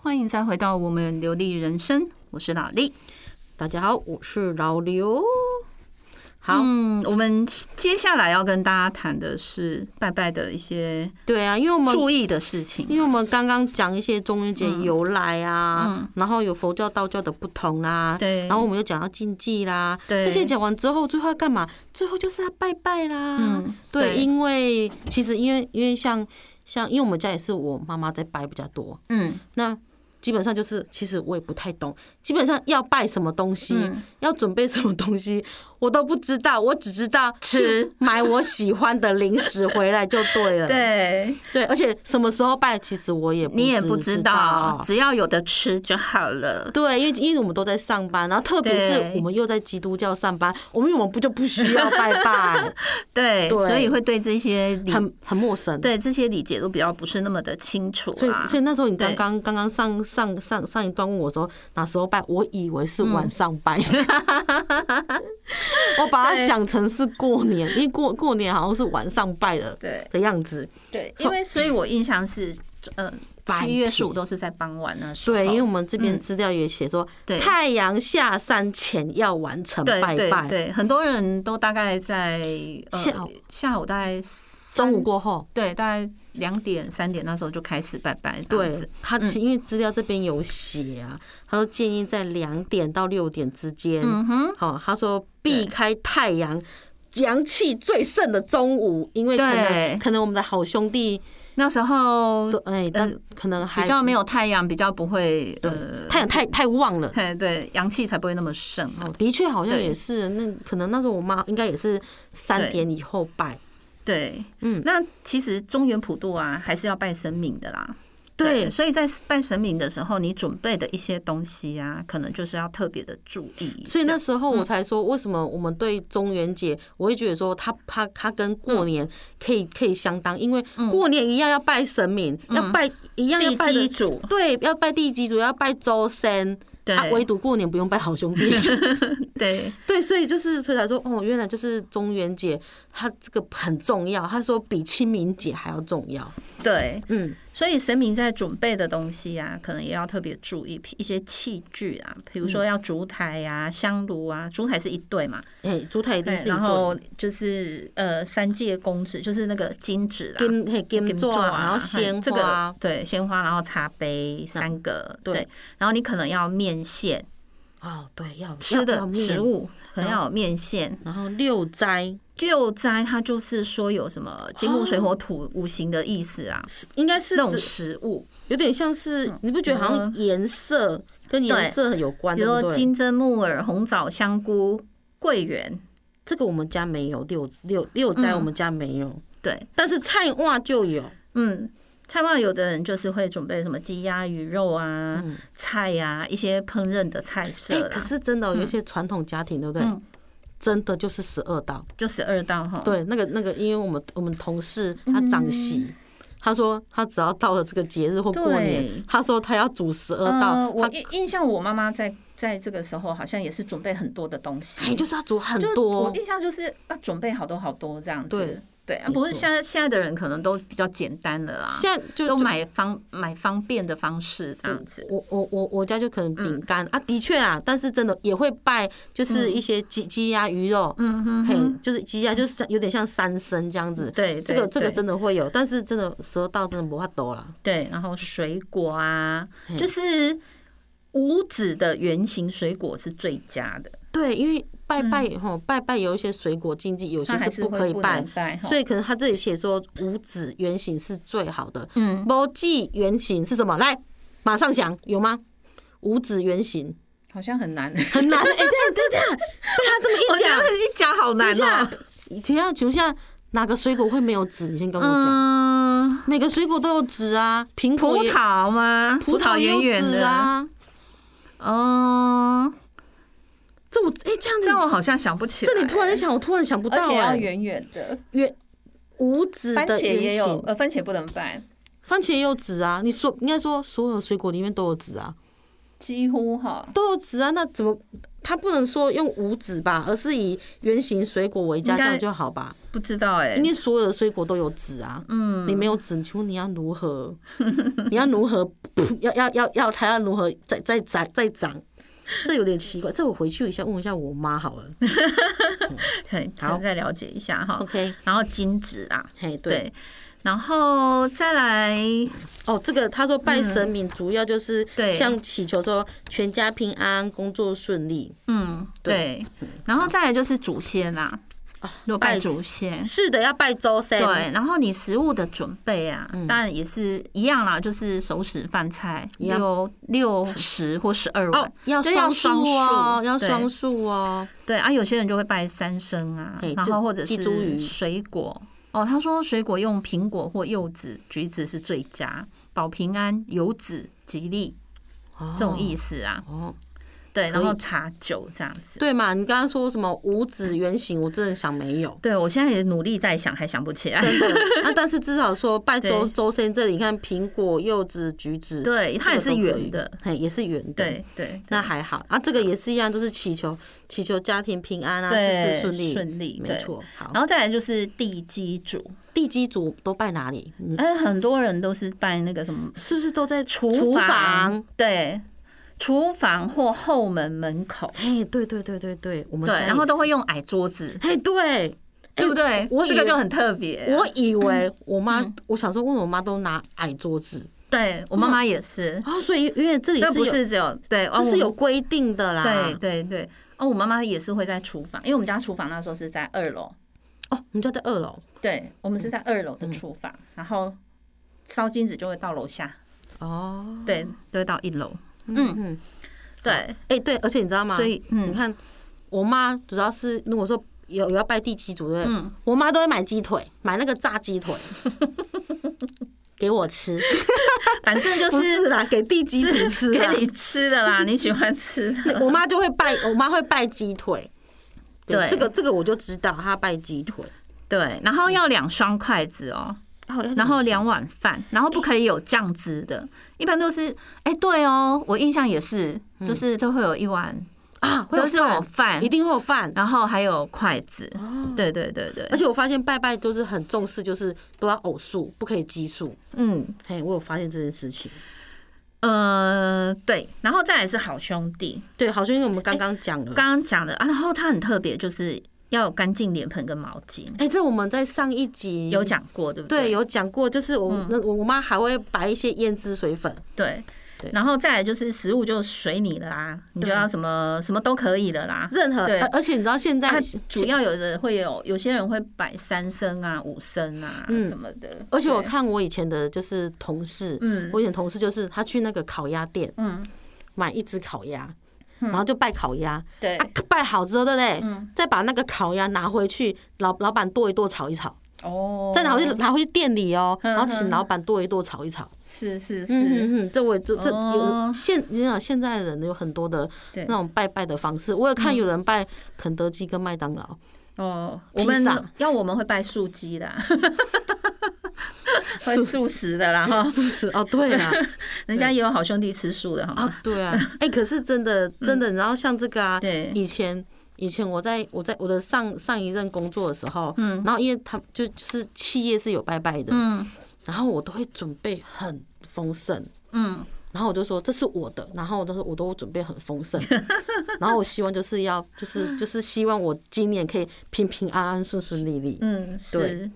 S3: 欢迎再回到我们流利人生，我是老力。
S6: 大家好，我是老刘。好，
S3: 嗯，我们接下来要跟大家谈的是拜拜的一些
S6: 对啊，因为我们
S3: 注意的事情。
S6: 因为我们刚刚讲一些中元节由来啊，
S3: 嗯
S6: 然后有佛教、道教的不同啦、
S3: 对
S6: 然后我们又讲到禁忌啦，
S3: 对
S6: 这些讲完之后，最后要干嘛？最后就是要拜拜啦。
S3: 嗯
S6: 对，
S3: 对
S6: 因为其实因为因为像像因为我们家也是我妈妈在拜比较多，
S3: 嗯，
S6: 那基本上就是其实我也不太懂，基本上要拜什么东西，
S3: 嗯
S6: 要准备什么东西， 我都不知道，我只知道
S3: 吃
S6: 去买我喜欢的零食回来就
S3: 嗯
S6: 对了。
S3: 对，
S6: 对，而且什么时候拜，其实我也
S3: 你也不
S6: 不
S3: 知道
S6: 道，。
S3: 只要有的吃就好了。
S6: 对，因为因为我们都在上班，然后特别是
S3: 对
S6: 我们又在基督教上班，我们我们不就不需要拜 拜，
S3: 对，
S6: 对
S3: 所以会对这些理
S6: 很很陌生。，
S3: 对这些理解都比较不是那么的清楚
S6: 所以
S3: 啊。
S6: 所以那时候你刚
S3: 对
S6: 刚刚刚上上上上一段问我说哪时候拜，我以为是晚上拜，
S3: 嗯
S6: 我把它想成是过年，因为过过年好像是晚上拜的
S3: 对
S6: 的样子。
S3: 对，因为所以我印象是，呃，
S6: 白
S3: 七月十五
S6: 天
S3: 都是在傍晚那时候。
S6: 对，因为我们这边
S3: 嗯
S6: 资料也写说，
S3: 对
S6: 太阳下山前要完成
S3: 对
S6: 拜
S3: 对
S6: 拜。
S3: 对，很多人都大概在呃
S6: 下午
S3: 下午大概
S6: 中
S3: 中
S6: 午过后，
S3: 对，大概两点三点那时候就开始拜拜这样
S6: 对
S3: 子。嗯
S6: 他其因为资料这边有写啊，他说建议在两点到六点之间，
S3: 嗯哼，
S6: 好，他说避开太阳阳气最盛的中午，因为可
S3: 对
S6: 能可能我们的好兄弟
S3: 那时候
S6: 都哎，但可能还
S3: 呃比较没有太阳，比较不会呃，
S6: 太阳太太 旺了。
S3: 嘿对，阳气才不会那么盛啊。
S6: 哦，的确好像
S3: 对
S6: 也是，那可能那时候我妈应该也是三
S3: 对
S6: 点以后拜，
S3: 对，
S6: 嗯
S3: 那其实中原普渡啊，还是要拜神明的啦。
S6: 对
S3: 所以在拜神明的时候，你准备的一些东西啊，可能就是要特别的注意一下。
S6: 所以那时候
S3: 嗯
S6: 我才说，为什么我们对中元节，我会觉得说它它它跟
S3: 嗯
S6: 过年可以可以相当，因为过年一样要拜神明，要拜一样要
S3: 嗯
S6: 拜
S3: 地
S6: 的
S3: 基主
S6: 对，要拜地基主，要拜周生，
S3: 对
S6: 啊，唯独过年不用拜好 兄弟。
S3: 对
S6: 对，所以就是所以才说，哦，原来就是中元节，它这个很重要，他说比清明节还要重要。
S3: 对，
S6: 嗯，
S3: 所以神明在准备的东西啊，可能也要特别注意一些器具啊，比如
S6: 嗯
S3: 说要烛台啊、香炉啊，烛台是一对嘛，
S6: 哎，烛台一定
S3: 对，
S6: 是一
S3: 然后
S6: 对。
S3: 就是呃三界公纸，就是那个金纸啦，
S6: 金嘿金座
S3: 啊
S6: 啊，然后鲜
S3: 嘿这
S6: 花嗯
S3: 个，对鲜花，然后茶杯三个，
S6: 对
S3: 对，然后你可能要面线
S6: 哦，对，要
S3: 吃
S6: 要要
S3: 的
S6: 面哦
S3: 食物，可能要有面线。
S6: 然后六斋
S3: 救灾它就是说有什
S6: 哦
S3: 么金木水火土五行的意思啊，
S6: 应该是
S3: 那种嗯
S6: 指
S3: 食物，
S6: 有点像是，你不觉得好像颜色跟颜色有关，
S3: 比
S6: 对
S3: 如
S6: 不
S3: 说
S6: 对？
S3: 金针木耳、红枣、香菇、桂圆，
S6: 这个我们家没有六六六斋，
S3: 嗯
S6: 我们家没有，
S3: 对，
S6: 但是菜袜就有。
S3: 嗯。菜外有的人就是会准备什么鸡鸭鱼肉啊、
S6: 嗯
S3: 菜呀、一些烹饪的菜
S6: 哎
S3: 色，啦，
S6: 可是真的哦有一些传统家庭，对不对
S3: 嗯？
S6: 真的就是十二道。
S3: 就十二道哈。
S6: 对，那个那个，因为我们我们同事他长
S3: 嗯
S6: 媳。他说，他只要到了这个节日或过
S3: 对
S6: 年，他说他要煮十二
S3: 呃
S6: 道，
S3: 我
S6: 他
S3: 印印象我妈妈在在这个时候好像也是准备很多的东西，
S6: 哎就是要煮很
S3: 就
S6: 多
S3: 我，印象就是要准备好多好多这样
S6: 对
S3: 子。对啊，
S6: 没
S3: 不是
S6: 错
S3: 现在现在的人可能都比较简单的啦，
S6: 现在就
S3: 都
S6: 就
S3: 买方买方便的方式这样子。
S6: 嗯
S3: 嗯
S6: 我我我我家就可能饼干、啊，的确啊，但是真的也会拜，就是一些鸡鸡鸭鱼肉，
S3: 嗯哼
S6: 嘿
S3: 哼，
S6: 就是鸡鸭就是三有点像三牲这样子。
S3: 对
S6: 这个
S3: 对
S6: 这个
S3: 对嗯
S6: 真的会有，但是真的时候到真的没法多了。
S3: 对，然后水果啊，
S6: 嘿
S3: 就是五指的圆形水果是最佳的，
S6: 对，因为拜拜吼、拜拜有一些水果禁忌，有些
S3: 嗯它还是
S6: 不可
S3: 会
S6: 以
S3: 不
S6: 拜
S3: 能。拜哈。
S6: 所以可能他这里写说五指圆形是最好的，
S3: 嗯，
S6: 包记圆形是什么？来，马上想有吗？五指圆形
S3: 好像很难。
S6: 很难，哎、对对对，被他这么
S3: 哦
S6: 一讲，
S3: 一讲好哦
S6: 等一下，请问请问一下，哪个水果会没有籽？你先跟我讲，
S3: 嗯，
S6: 每个水果都有籽啊，苹果
S3: 葡
S6: 也、
S3: 萄吗？
S6: 葡萄也有
S3: 圆圆
S6: 籽
S3: 的。
S6: 啊。
S3: 哦，
S6: 这我哎、这样
S3: 这样
S6: 子，
S3: 我好像想不欸起来。欸
S6: 这你突然在，想，我突然想不
S3: 而
S6: 到
S3: 且要
S6: 哎、
S3: 圆圆的。
S6: 圆无籽
S3: 番
S6: 的
S3: 茄也
S6: 圆
S3: 有，
S6: 形，
S3: 呃，番茄不能拌，
S6: 番茄也有籽啊。你说应该说所有水果里面都有籽啊，
S3: 几乎哈。
S6: 都有籽啊。那怎么它不能说用五指吧，而是以圆形水果为佳，
S3: 应
S6: 这
S3: 该
S6: 样就好吧？
S3: 不知道哎、
S6: 因为所有的水果都有籽啊，嗯，你没有籽，请问你要如何？你要如何？要要要要它要如何再再长再长？这有点奇怪，这我回去一下问一下我妈好了。
S3: 嗯可以可
S6: 好
S3: 能再了解一下哈。
S6: OK
S3: 然后金子啊，
S6: 嘿，对，
S3: 对，然后再来，
S6: 哦，这个他说拜神明主要就是
S3: 嗯对
S6: 像祈求说全家平安、工作顺利。
S3: 嗯，对，然后再来就是祖先啦，若拜
S6: 啊拜
S3: 祖先，
S6: 是的，要拜周三。
S3: 嗯对，，然后你食物的准备啊，
S6: 嗯
S3: 当然也是一样啦，就是熟食饭菜
S6: 一样
S3: 六六十或十二
S6: 哦
S3: 碗，，
S6: 要
S3: 就要
S6: 双
S3: 双
S6: 数哦，要
S3: 对
S6: 双数哦。
S3: 对啊，有些人就会拜三牲啊
S6: 嘿，
S3: 然
S6: 这
S3: 后或者
S6: 鸡猪
S3: 是
S6: 鱼
S3: 水果哦。他说水果用苹果或柚子、橘子是最佳，保平安、有子、吉利
S6: 哦
S3: 这种意思啊。
S6: 哦，
S3: 对，然
S6: 可以
S3: 后茶酒这样子。
S6: 对嘛？你刚刚说什么五指圆形，我真的想没有。
S3: 对，我现在也努力在想，还想不起来。
S6: 那但是至少说拜周
S3: 对
S6: 周三这里，你看苹果、柚子、橘子，
S3: 对它也是
S6: 这个都可以
S3: 圆的，
S6: 嘿，也是圆的。
S3: 对对，对
S6: 那还好啊，这个也是一样，都是祈求祈求家庭平安啊，
S3: 对
S6: 事事顺利，
S3: 顺利
S6: 没
S3: 对
S6: 错。好
S3: 然，后再来就是地基主，
S6: 地基主都拜哪里？嗯
S3: 哎，很多人都是拜那个什么
S6: 是不是都在厨
S3: 厨
S6: 房？
S3: 对，厨房或后门门口，
S6: 哎，对对对对对，我们
S3: 对，
S6: 家也
S3: 然后都
S6: 是
S3: 会。用矮桌子，
S6: 哎，对， 哎
S3: 对不对？
S6: 我
S3: 这
S6: 以
S3: 个
S6: 为
S3: 就很嗯特别啊。
S6: 我以为我妈，我小时候问我妈都拿矮桌子
S3: 对我妈妈也是，
S6: 啊，所以因为这里
S3: 这不
S6: 是有
S3: 是只有对，哦
S6: 这是有啊
S3: 我
S6: 规定的啦。
S3: 对对对。哦，我妈妈也是会在厨房，因为我们家厨房那时候是在二楼，
S6: 哦，我们家在二楼
S3: 对我们是在二楼的厨房，然后烧金子就会到楼下，
S6: 哦，
S3: 对，都会到一楼，
S6: 嗯嗯。
S3: 对，
S6: 哎、对，而且你知道吗？
S3: 所以嗯
S6: 你看，我妈主要是如果说有有要拜地基主对不对
S3: 嗯
S6: 我妈都会买鸡腿，买那个炸鸡 腿给我吃，
S3: 反正就
S6: 不是啦，给地基 主吃
S3: 给
S6: 啦。
S3: 你吃的 啦，你喜欢吃的
S6: 我妈就会拜，我妈会拜鸡腿。
S3: 对
S6: 这个这个我就知道，她拜鸡腿。
S3: 对，然后要两双筷子哦，然后两碗饭，然后不可以有酱汁的，一般都是哎，对哦，我印象也是，就是都会有一碗，
S6: 啊，会有
S3: 都是有饭
S6: 一定会有饭。
S3: 然后还有筷子，对对对对，
S6: 而且我发现拜拜都是很重视，就是都要偶数，不可以奇数。
S3: 嗯
S6: 嘿，我有发现这件事情。
S3: 呃对，然后再来是好兄弟，
S6: 对，好像因为我们刚刚讲了，
S3: 刚刚讲的啊，然后它很特别，就是要有干净脸盆跟毛巾，
S6: 哎、这我们在上一集
S3: 有讲过嗯对不
S6: 对，
S3: 对
S6: 有讲过，就是我那、我妈还会摆一些胭脂水粉，
S3: 对
S6: 对。
S3: 然后再来就是食物就随你了啦，你就要什么什么都可以的啦，
S6: 任何，
S3: 对
S6: 而而且你知道现在
S3: 它主，要有的会有，有些人会摆三升啊、五升啊
S6: 嗯
S3: 什么的。
S6: 而且我
S3: 对，
S6: 看我以前的就是同事，
S3: 嗯
S6: 我以前同事就是他去那个烤鸭店
S3: 嗯，
S6: 买一只烤鸭，然后就拜烤鸭，
S3: 对
S6: 啊，拜好之后对不对？
S3: 嗯
S6: 再把那个烤鸭拿回去，老老板剁一剁炒一炒，
S3: 哦，
S6: 再拿回去拿回去店里哦，
S3: 嗯
S6: 然后请
S3: 嗯
S6: 老板剁一剁炒一炒。
S3: 是是是，
S6: 嗯嗯嗯，这我也这这
S3: 哦
S6: 有现你想现在的人有很多的
S3: 对嗯
S6: 那种拜拜的方式，我有看有人拜肯德基跟麦当劳。
S3: 哦，我
S6: 披
S3: 们
S6: 萨
S3: 要我们会拜素鸡啦， 会素食的啦哈，
S6: 是不是？哦，对啦，
S3: 人家也有好兄弟吃素的哈
S6: 啊。，对 啊，哎、可是真的，真的，然后像这个啊，
S3: 嗯对
S6: 以前以前我在我在我的上上一任工作的时候，
S3: 嗯
S6: 然后因为他就就是企业是有拜拜的，
S3: 嗯
S6: 然后我都会准备很丰盛，
S3: 嗯，
S6: 然后我就说这是我的，然后我都说我都准备很 丰盛，然后我希望就是要就是就是希望我今年可以平平安安、顺顺利利，
S3: 嗯，是
S6: 对。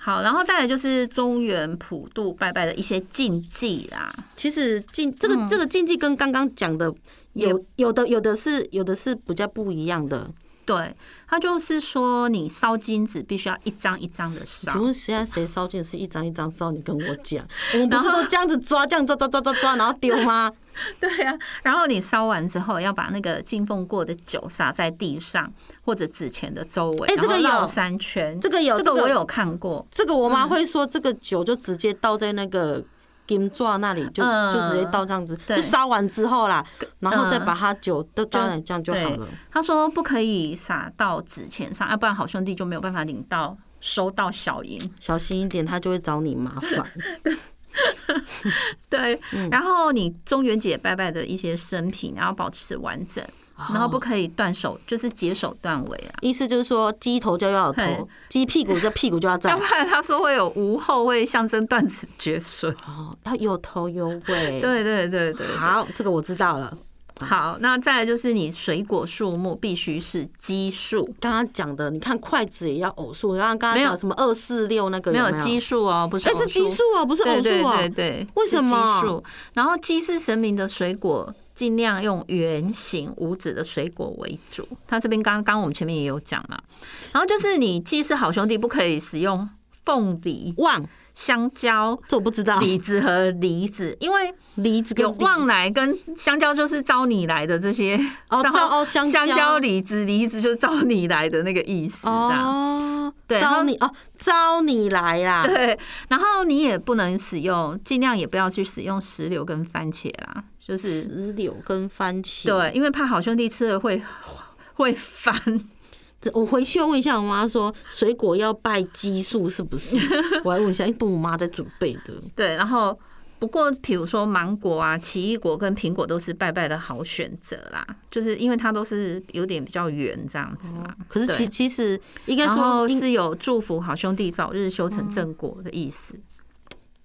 S3: 好，然后再来就是中原普渡拜拜的一些禁忌啦，
S6: 其实禁这
S3: 嗯
S6: 个这个禁忌跟刚刚讲的有有的有的是有的是比较不一样的。
S3: 对，他就是说你烧金纸必须要一张一张的烧，
S6: 请问现在谁烧金是一张一张烧？你跟我 讲，我们不是都这样子抓，这样抓抓抓抓抓，然后丢吗？
S3: 对啊，然后你烧完之后，要把那个进奉过的酒洒在地上或者纸钱的周围，
S6: 哎
S3: 然后
S6: 这个有
S3: 绕三圈。
S6: 这个有
S3: 这个
S6: 这个
S3: 我有看过，
S6: 这个我妈会说，这个酒就直接倒在那个金抓那里，就
S3: 嗯
S6: 就直接倒这样子，
S3: 对
S6: 就烧完之后啦，然后再
S3: 嗯
S6: 把它酒都倒在这样就好
S3: 对
S6: 了。，
S3: 他说不可以撒到纸钱上，要、不然好兄弟就没有办法领到收到小银。
S6: 小心一点，她就会找你麻 烦。嗯
S3: 对，然后你中元节拜拜的一些生品，然后保持完整。
S6: 哦
S3: 然后不可以断手，就是截手断尾啊。
S6: 意思就是说鸡头就要有
S3: 嘿
S6: 头，鸡屁股就屁股就要在
S3: 要不，然他说会有无后位象征断子绝孙。
S6: 哦，要有头有尾。，
S3: 对对对对，
S6: 好，这个我知道了。
S3: 好，那再来就是你水果数目必须是奇数，
S6: 刚刚讲的，你看筷子也要偶数，然后刚
S3: 没
S6: 刚
S3: 有
S6: 讲什么二四六那个
S3: 没
S6: 有
S3: 有
S6: 没有
S3: 奇？数哦，不是
S6: 哎，
S3: 偶
S6: 是奇数哦，不是偶
S3: 对对
S6: 数
S3: 对
S6: 哦。
S3: 对，
S6: 为什
S3: 是
S6: 么
S3: 奇数？然后鸡是神明的水果，尽量用圆形无籽的水果为主。他这边刚刚我们前面也有讲嘛，然后就是你鸡是好兄弟，不可以使用凤梨、
S6: 忘，
S3: 香蕉、
S6: 这我不知道。
S3: 李子和梨子，因为
S6: 梨子跟
S3: 有
S6: 梨
S3: 旺来跟香蕉就是招你来的这些
S6: 哦
S3: 然后
S6: 招哦香蕉
S3: 香蕉、梨子、梨子就是招你来的那个意思啊。
S6: 哦，
S3: 对然后
S6: 招你哦，招你来啦。
S3: 对，然后你也不能使用，尽量也不要去使用石榴跟番茄啦，就是
S6: 石榴跟番茄，
S3: 对，，因为怕好兄弟吃了会 会翻。
S6: 这我回去要问一下我妈说，水果要拜奇数是 不是？我还问一下，因为我妈在准备的。
S3: 对，然后不过比如说芒果啊、奇异果跟苹果都是拜拜的好选择啦，就是因为它都是有点比较圆这样子嘛。
S6: 哦可是其
S3: 对
S6: 其实应该
S3: 然
S6: 说
S3: 后
S6: 应，嗯
S3: 是有祝福好兄弟早日修成正果的意思。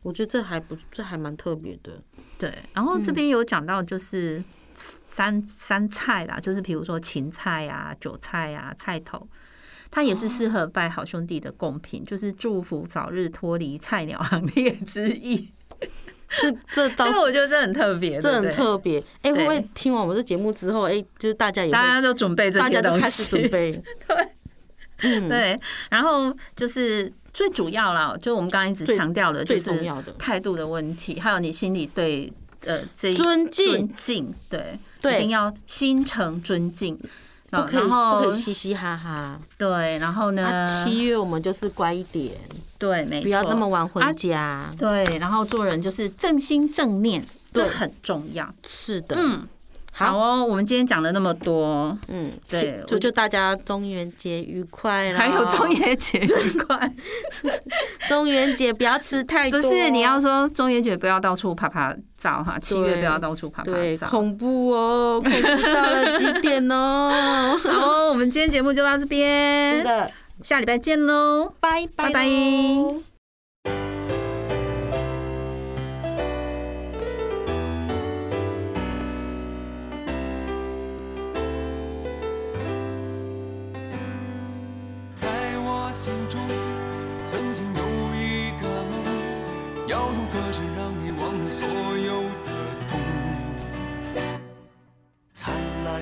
S6: 我觉得这还不这还蛮特别的。
S3: 对，然后这
S6: 嗯
S3: 边有讲到就是三、三菜啦，就是比如说芹菜啊、韭菜啊、菜头，它也是
S6: 哦
S3: 适合拜好兄弟的贡品，就是祝福早日脱离菜鸟行列之意。
S6: 这这倒
S3: 这
S6: 是
S3: 个我觉得这很特别，
S6: 这
S3: 对不
S6: 很
S3: 对
S6: 特别。哎、会不会
S3: 对
S6: 听完我们这节目之后，哎、就是大家也会
S3: 大家都准备这
S6: 大
S3: 些
S6: 家都
S3: 东
S6: 开始
S3: 西，
S6: 准备，
S3: 对，然后就是最主要啦，就我们刚刚一直
S6: 最
S3: 强调的，就
S6: 最
S3: 是
S6: 重要的
S3: 态度的问题，还有你心里对呃这一
S6: 尊敬
S3: 尊敬，对，
S6: 对
S3: 一定要心诚尊敬。
S6: 不可以
S3: 然
S6: 不
S3: 后
S6: 可以嘻嘻哈哈。
S3: 对，然后
S6: 啊，
S3: 呢？
S6: 七月我们就是乖一点，
S3: 对，没错，
S6: 不要那么晚回
S3: 啊
S6: 家。
S3: 对，然后做人就是正心正念，这很重要。
S6: 是的，
S3: 嗯，好
S6: 好，
S3: 哦，我们今天讲了那么多，
S6: 嗯，
S3: 对
S6: 先
S3: 我
S6: 祝祝大家中元节愉快啦！
S3: 还有中元 节愉 快。
S6: 中元节不要吃太
S3: 不
S6: 多，
S3: 是你要说中元节不要到处拍拍照哈，七月不要到处拍拍
S6: 对
S3: 照。
S6: 恐怖哦，恐怖到了极点 哦。
S3: 好哦，我们今天节目就到这边，
S6: 是的，
S3: 下礼拜见喽，
S6: 拜拜
S3: 拜拜。
S6: 喽
S9: 在我心中，曾经有一个梦，要用歌声让你忘了所有的痛。灿烂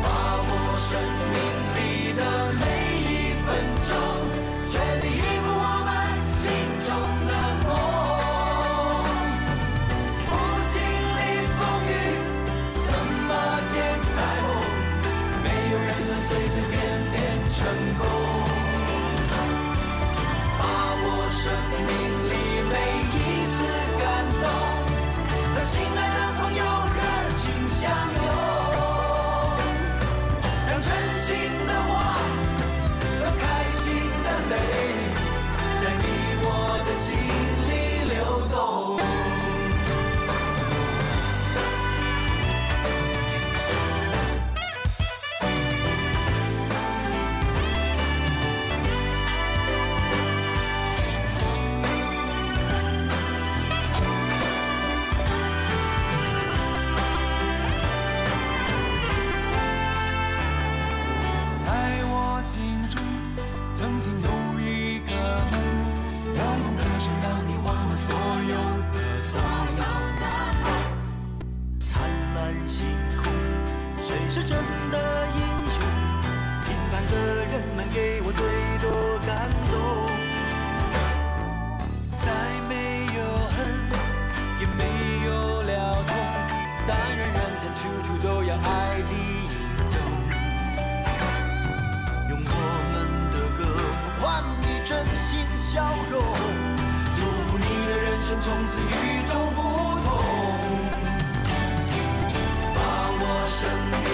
S9: 把握生命里的每一分钟，全力以赴我们心中的梦。不经历风雨，怎么见彩虹？没有人能随随便便成功。把握生命里每一次感动，和心爱的朋友热情相拥，让真心的话和开心的泪，在你我的心里流动。在我心中，曾经有一个梦，要用歌声让你忘了所有的所有的灿烂星空，谁是真的英雄？平凡的人们给我最多感动。再没有恨，也没有了痛，但愿人间处处都有爱的影踪。生从此与众不同，把握生命。